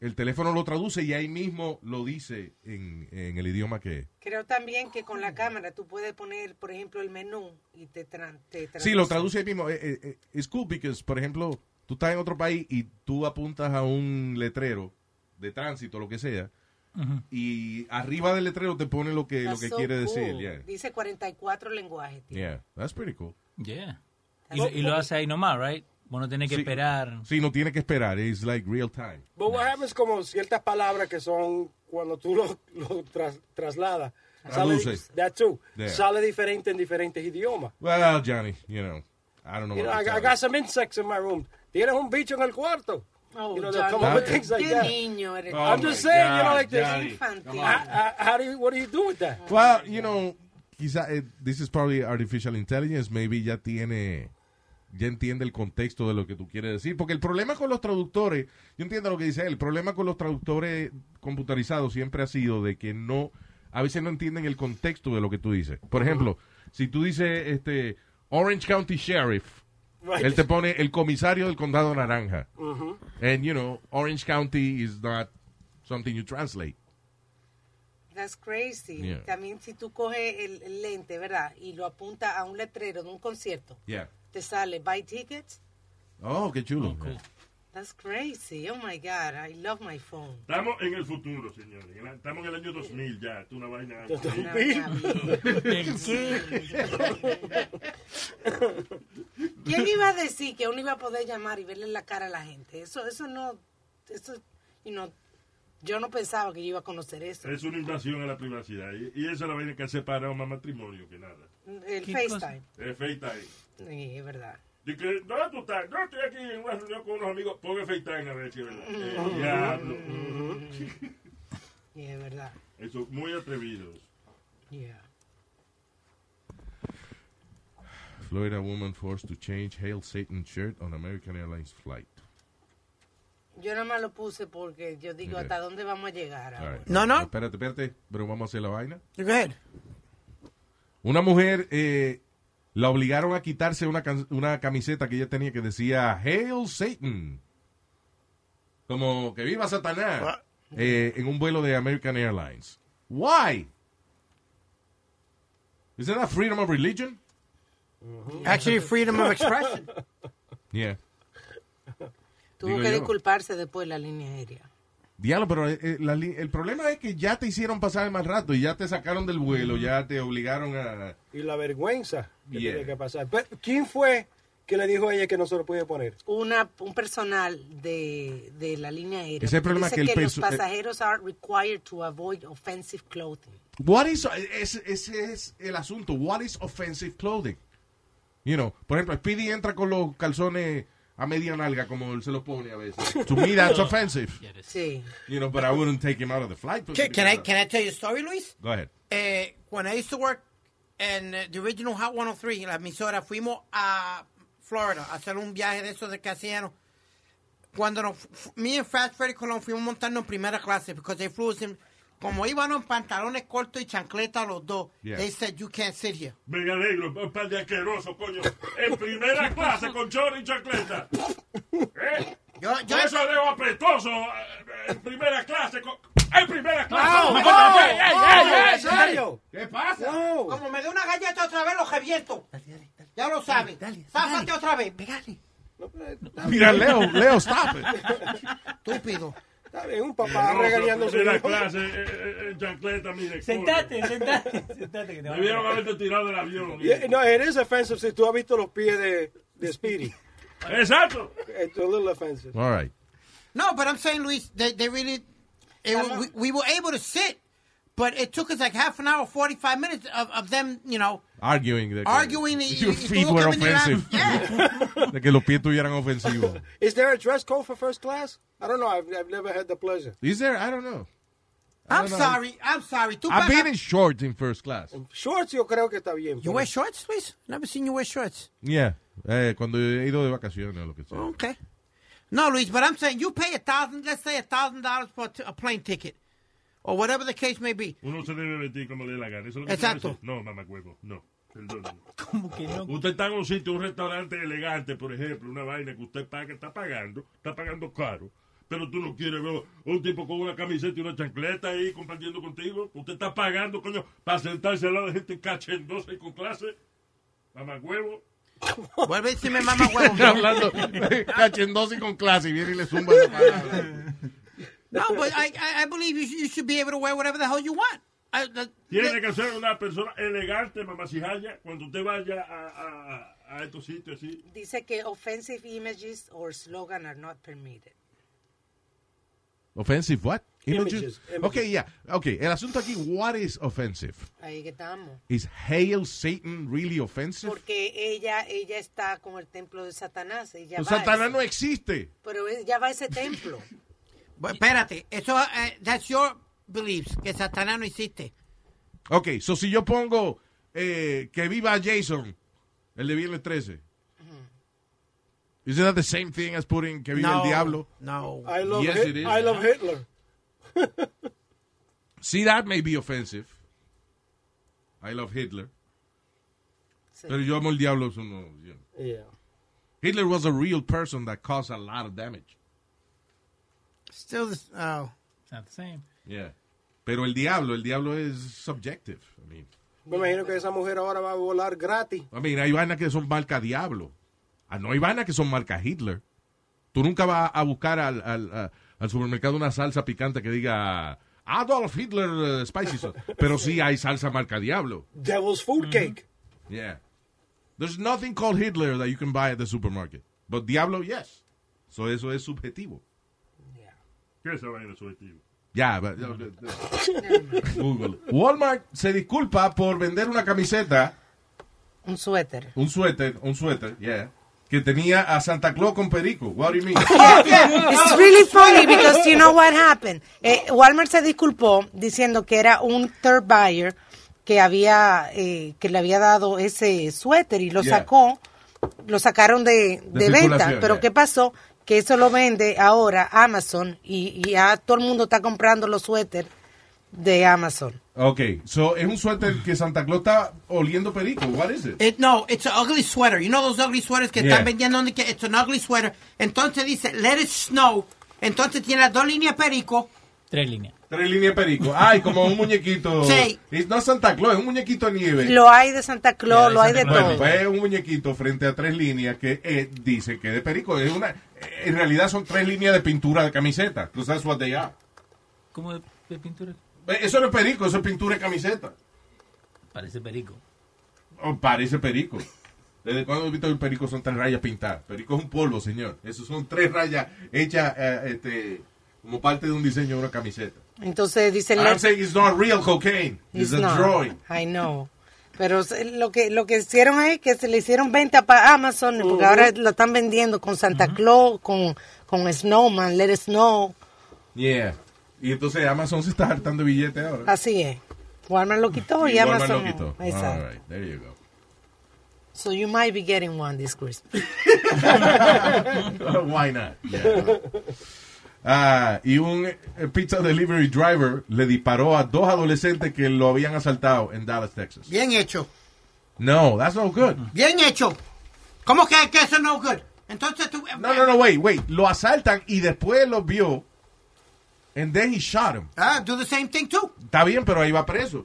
el teléfono lo traduce y ahí mismo lo dice en, en el idioma que es.
Creo también que con la cámara tú puedes poner, por ejemplo, el menú y te, tran- te
Sí, lo traduce ahí mismo. Eh, Es cool because, por ejemplo, tú estás en otro país y tú apuntas a un letrero de tránsito, lo que sea,
Ujú.
y arriba del letrero te pone lo que, lo
That's
que
so
quiere
cool.
decir. Yeah.
Dice 44 lenguajes. tío.
yeah, that's pretty cool.
Yeah. Y, y lo hace ahí nomás, right? Uno tiene que
Sí.
esperar.
Sí, no tiene que esperar. It's like real time.
But what happens como ciertas palabras que son cuando tú lo, lo tras- trasladas. sale-
Traduces.
That too.
Yeah.
Sale diferente en diferentes idiomas.
Well, Johnny, you know, I don't know.
You know,
what
I,
to
I
tell
got some insects in my room. Tienes un bicho en el cuarto.
Oh,
you know,
Johnny.
they'll come up with things like
Qué
that.
niño eres.
Oh,
I'm just
my
saying, you know,
God,
like this.
Johnny.
Infantil.
I- I- how do you, what do you do with that?
you. Well, you know, quizá eh, this is probably artificial intelligence. Maybe ya tiene. Ya entiende el contexto de lo que tú quieres decir. Porque el problema con los traductores, yo entiendo lo que dice él, el problema con los traductores computarizados siempre ha sido de que no, a veces no entienden el contexto de lo que tú dices. Por ejemplo, si tú dices este, Orange County Sheriff,
Right.
él te pone el comisario del condado naranja.
Ujú.
And you know, Orange County is not something you translate.
That's crazy.
Yeah.
También si tú coges el, el lente, ¿verdad? Y lo apunta a un letrero de un concierto,
Yeah.
te sale buy tickets.
Oh, qué chulo.
That's crazy. Oh my God, I love my phone.
Estamos en el futuro, señores. En la- Estamos en el año 2000 ya. Esto es una vaina.
¿Quién iba a decir que uno iba a poder llamar y verle la cara a la gente? Eso, eso no, eso, you know, yo no pensaba que yo iba a conocer eso.
Es una invasión a la privacidad. Y, y esa es la vaina que ha separado más matrimonio que nada.
El FaceTime.
Es FaceTime.
Sí, es verdad.
Y que, ¿dónde tú estás? No, estoy aquí en una reunión con unos amigos. Ponga FaceTime a ver si es verdad. Eh, diablo.
Sí, es verdad.
Eso, muy atrevidos.
Yeah.
Florida woman forced to change Hail Satan shirt on American Airlines flight.
Yo nada más lo puse porque yo digo,
Ok.
¿hasta dónde vamos a llegar?
All right.
No, no.
Espérate, espérate, pero vamos a hacer la vaina.
Go ahead.
Una mujer eh, la obligaron a quitarse una, can- una camiseta que ella tenía que decía Hail Satan. Como que viva Satanás. Eh, en un vuelo de American Airlines. Why? Isn't that freedom of religion?
Actually, freedom of expression.
Yeah.
Tuvo
Digo
que
yo.
disculparse después la línea aérea.
Diablo, pero eh, la li- el problema es que ya te hicieron pasar el mal rato y ya te sacaron del vuelo, ya te obligaron a...
Y la vergüenza que
Yeah.
tiene que pasar. Pero, ¿Quién fue que le dijo a ella que no se lo podía poner?
Una, un personal de, de la línea aérea.
Ese es el problema
dice
que el
los
perso- eh,
pasajeros are required to avoid offensive clothing.
What is... Ese, ese es el asunto. What is offensive clothing? You know, por ejemplo, Speedy entra con los calzones a media nalga como él se los pone a veces. To me that's offensive. pues,
Sí.
You know, but I wouldn't take him out of the flight.
Can, can I can I tell you a story, Luis?
Go ahead.
Eh, when I used to work en eh, the original Hot 103, la emisora, fuimos a Florida a hacer un viaje de esos de Casiano. Cuando nos, me and Fast Freddy Colón fuimos montando en primera clase, because they flew us in como iban en pantalones cortos y chancletas los dos,
Yeah.
they said, you can't sit here.
Me alegro, un par de asquerosos, coño. En primera clase con chorro y chancleta. ¿Eh?
Yo,
yo... Eso dejo apretoso. eh, En primera clase con... En primera clase.
¡Wow!
Me-
¡Wow!
¡Ey, ey, ey, ey!
¿En serio?
¿Qué pasa?
Como me dé una galleta otra vez, lo reviento. Ya lo sabes. Záfate otra vez. Pégale.
Mira, Leo, Leo, stop it.
Estúpido.
Está bien, un
No,
papá
pero
regañando a su
primera
hijo.
clase eh, eh, en chancleta, mire.
Sentate, sentate, sentate. Que te
Debieron haberte tirado del avión.
Yeah, no, it is offensive si tú has visto los pies de, de Speedy.
Exacto.
It's a little offensive.
All right.
No, but I'm saying, Luis, they, they really, it, wa- we, we were able to sit, but it took us like half an hour, 45 minutes of, of them, you know,
Arguing. de que-
arguing. y-
Your
y- y
feet
tuvo
were
que venir la-
offensive. De que los pies tuvieran ofensivos.
Is there a dress code for first class? I don't know. I've, I've never had the pleasure.
Is there? I don't know.
I'm
don't know.
sorry. I'm sorry. Tú
I've been
pagas-
in short in first class.
Shorts yo creo que está bien.
You wear shorts, Luis? Never seen you wear shorts.
Yeah. Eh, cuando he ido de vacaciones o lo que sea.
Okay. No, Luis, but I'm saying you pay a thousand, let's say a thousand dollars for a, t- a plane ticket, or whatever the case may be.
Uno se debe vestir como le dé la gana. Eso es lo que
Exacto.
quiero decir. No, mamá huevo, no. Perdóneme. Usted está en un sitio, un restaurante elegante, por ejemplo, una vaina que usted paga, está pagando, está pagando caro. Pero tú no quieres ver un tipo con una camiseta y una chancleta ahí compartiendo contigo. Usted está pagando, coño, para sentarse al lado de gente cachendosa y con clase. Mamá huevo.
Vuelve a decirme mamá
Está hablando cachendoso y con clase y viene y le zumba la palabra.
No, but I, I, I believe you, sh- you should be able to wear whatever the hell you want. I, the,
Tiene que ser una persona elegante, mamá cuando usted vaya a, a- a- a estos sitios así.
Dice que offensive images or slogan are not permitted.
Offensive what?
Images, images.
Okay, yeah. Okay, el asunto aquí, what is offensive?
Ahí que estamos.
Is Hail Satan really offensive?
Porque ella ella está con el templo de Satanás. Ella
Pues
va a
Satanás
ese-
no existe.
Pero ella va a ese templo.
but espérate, eso, eh, that's your beliefs, que Satanás no existe.
Okay, so si yo pongo eh, que viva Jason, el de Viernes 13. Isn't that the same thing as putting que viva
No,
el diablo?
No.
I love,
Yes,
Hit-
it is.
I love Hitler.
See, that may be offensive. I love Hitler. Pero yo amo el diablo. eso no, you know.
Yeah.
Hitler was a real person that caused a lot of damage.
Still, the, oh.
It's not the same.
Yeah. Pero el diablo, el diablo es subjective. I mean,
Me imagino que esa mujer ahora va a volar gratis.
I mean, hay vainas que son marca diablo. Ah, no hay vainas que son marca Hitler. Tú nunca vas a buscar al, al- a- al supermercado una salsa picante que diga Adolf Hitler eh, Spicy Sauce. Pero sí hay salsa marca diablo.
Devil's food cake.
Yeah. There's nothing called Hitler that you can buy at the supermarket. But Diablo, yes. So eso es subjetivo.
¿Qué esa vaina subjetiva?
Ya, but- Google. Walmart se disculpa por vender una camiseta.
Un suéter.
Un suéter, un suéter, yeah. Que tenía a Santa Claus con Perico. What do you mean?
It's really funny because you know what happened. Eh, Walmart se disculpó diciendo que era un third buyer que había eh, que le había dado ese suéter y lo
Yeah.
sacó, lo sacaron de,
De
de venta.
circulación,
Pero
yeah.
qué pasó que eso lo vende ahora Amazon y, y ya todo el mundo está comprando los suéter de Amazon.
Ok, so es un suéter que Santa Claus está oliendo Perico. What is it?
It, no, it's an ugly sweater. You know those ugly sweaters que
Yeah.
están vendiendo donde que it's an ugly sweater. Entonces dice, let it snow. Entonces tiene las dos líneas perico.
Tres líneas.
Tres líneas de Perico. Ay, como un muñequito.
Sí.
Y No es Santa Claus, es un muñequito de nieve.
Lo hay de Santa Claus, lo hay de
Bueno,
todo.
pues es un muñequito frente a tres líneas que eh, dice que de perico. Es una, eh, en realidad son tres líneas de pintura de camiseta. Tú sabes what they are.
¿Cómo de, de pintura?
Eh, Eso no es perico, eso es pintura de camiseta.
Parece perico.
Oh, parece perico. ¿Desde cuándo has visto que el perico son tres rayas pintadas? Perico es un polvo, señor. Esos son tres rayas hechas eh, este, como parte de un diseño de una camiseta.
Entonces dice
I'm saying it's not real cocaine.
It's
It's, a
not.
drawing.
I know. Pero se- lo que lo que hicieron es que se le hicieron venta para Amazon, porque ahora lo están vendiendo con Santa Claus, con, con Snowman, Let It Snow.
Yeah. Y entonces Amazon se está hartando de billetes ahora.
Así es. Walmart lo quitó y,
Y Walmart
Amazon.
lo quitó.
no. Exacto.
All right, there you go.
So you might be getting one this Christmas.
Why not? Yeah. Ah, y un eh, pizza delivery driver le disparó a dos adolescentes que lo habían asaltado en Dallas, Texas.
Bien hecho. Mm-hmm.
No, that's no good.
Bien hecho. ¿Cómo que, que eso no good? Entonces tú... eh,
No, no, no, wait, wait. Lo asaltan y después lo vio. And then he shot him.
Ah, do the same thing too.
Está bien, pero ahí va preso.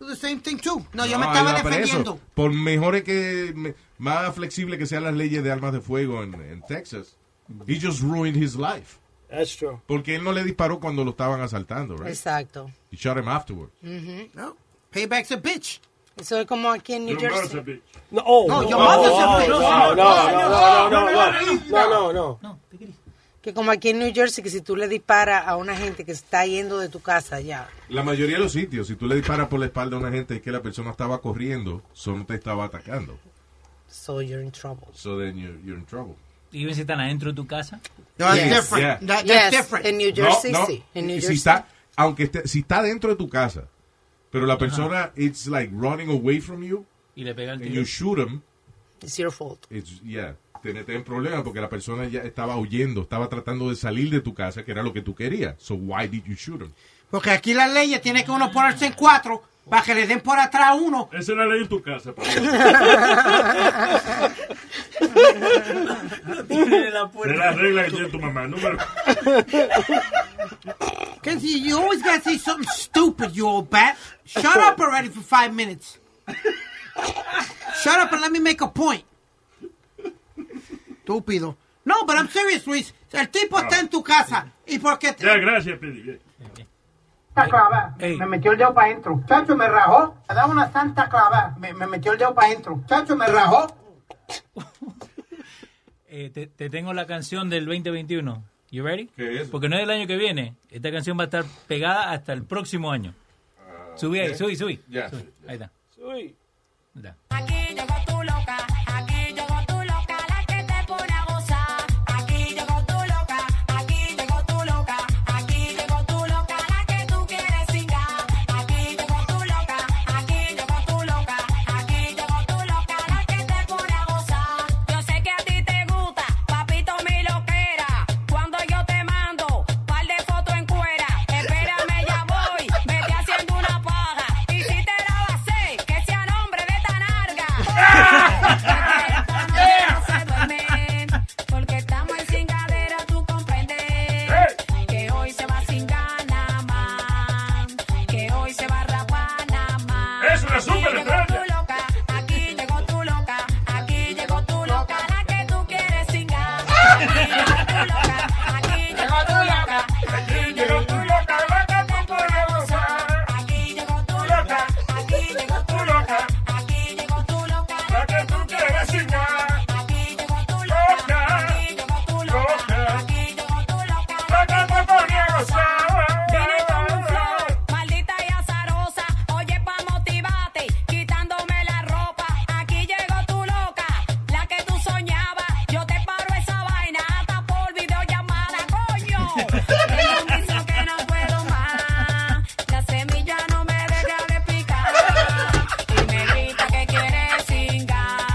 Do the same thing too. No, yo
No,
me
ahí
estaba
va preso.
defendiendo.
Por mejores que... me- Más flexible que sean las leyes de armas de fuego en, en Texas. He just ruined his life.
That's true.
Porque él no le disparó cuando lo estaban asaltando, right?
Exacto.
He shot him afterward.
Ujú.
Payback's a bitch.
Eso es como aquí en New
Your
Jersey.
mother's No, oh,
No, your
oh,
mother's a
oh,
bitch. No,
No, no, no, no,
no,
no,
no,
no, no, no.
Que como aquí en New Jersey, que si tú le disparas a una gente que está yendo de tu casa ya.
La mayoría de los sitios, si tú le disparas por la espalda a una gente, es que la persona estaba corriendo, solo no te estaba atacando.
So you're in trouble.
So then you're, you're in trouble.
Even si están adentro de tu casa.
No, it's Yes. different. Yeah. That- that's
Yes, different. in New
No,
Jersey,
no,
sí. En New
si
Jersey.
está, aunque esté- si está dentro de tu casa, pero la persona, it's like running away from you,
Y le pegan
and
tiro.
you shoot him,
It's your fault.
it's, yeah, te metes en problemas porque la persona ya estaba huyendo, estaba tratando de salir de tu casa, que era lo que tú querías. So why did you shoot him?
Porque aquí las leyes tiene que uno ponerse en cuatro para que le den por atrás a uno.
Esa es la ley en tu casa. Es la regla que tiene tu mamá. Número...
Because you, you always gotta say something stupid, you old bat. Shut up already for five minutes. Shut up and let me make a point. Estúpido. No, but I'm serious, Luis. El tipo está en tu casa. ¿Y por qué te...
Ya, gracias, Pidi.
Santa clava, me metió el dedo para adentro. Chacho, me rajó. Me daba una santa clava. Me, me metió el dedo para adentro. Chacho, me rajó.
Eh, te, te tengo la canción del 2021. You ready?
¿Qué es?
Porque no es el año que viene. Esta canción va a estar pegada hasta el próximo año. subí ahí,
Ah, ok.
subí, subí.
Ya.
Subí. Ahí está.
Sweet.
Aquí llegó tu loca, aquí llegó tu loca, la que te pone a gozar. Aquí llegó tu loca, aquí llegó tu loca, aquí llegó tu loca, la que tú quieres cingar. Aquí llegó tu loca, aquí llegó tu loca, aquí llegó tu loca, la que te pone a gozar. Yo sé que a ti te gusta, papito mi loquera. Cuando yo te mando, par de fotos en cuera. Espérame, ya voy, me estoy haciendo una paja. Y si te la basé, que sea nombre de esta narga. Porque estamos en sin cadera, tú comprendes que hoy se va sin ganas más, que hoy se va a rapar nada más.
Es una super
Aquí llegó
estrella.
tu loca, Aquí llegó tu loca, aquí llegó tu loca, la que tú quieres sin ganas. Aquí llegó tu loca, aquí llegó tu loca, la que tú quieres gozar. Aquí llegó tu loca, aquí llegó tu loca, aquí llegó tu loca, la que tú quieres sin ganas. Aquí llegó tu loca, aquí llegó tu loca, aquí llegó tu loca, la que tú quieres gozar. Viene con un flow, maldita y azarosa, oye pa' motivarte, quitándome la ropa. Aquí llegó tu loca, la que tú soñabas, yo te paro esa vaina hasta por videollamada, coño. Ella me hizo que no puedo más, la semilla no me deja de picar. Y me grita que quiere cingar,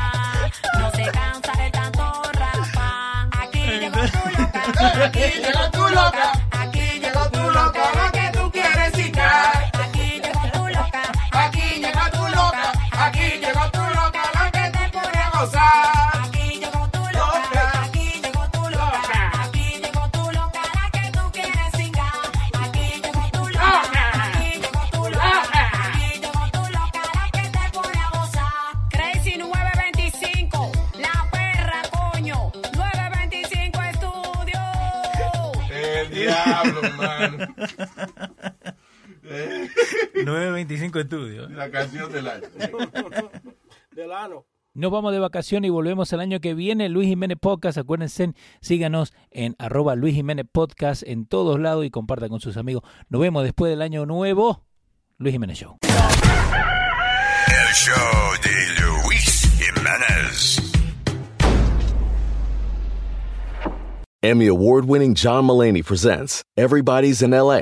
no se cansa de tanto rapa. Aquí llegó tu loca, aquí llegó tu loca, aquí llegó tu loca, la que tú quieres cingar. Aquí llegó tu loca, aquí llegó tu loca, aquí llegó tu loca, la que te pone a gozar. Aquí llegó tu loca, aquí llegó tu loca, aquí llegó tu loca, la que tú quieres cingar. Aquí llegó tu loca, aquí llegó tu loca, aquí llegó tu loca, la que te pone a gozar. Crazy 925, la perra coño, 925 estudio.
El diablo, man.
925 estudios.
La canción del año.
Del ano.
Nos vamos de vacaciones y volvemos el año que viene. Luis Jiménez Podcast, acuérdense, síganos en arroba Luis Jiménez Podcast en todos lados y compartan con sus amigos. Nos vemos después del año nuevo. Luis Jiménez Show.
El show de Luis Jiménez.
Emmy award winning John Mullaney presents Everybody's in LA,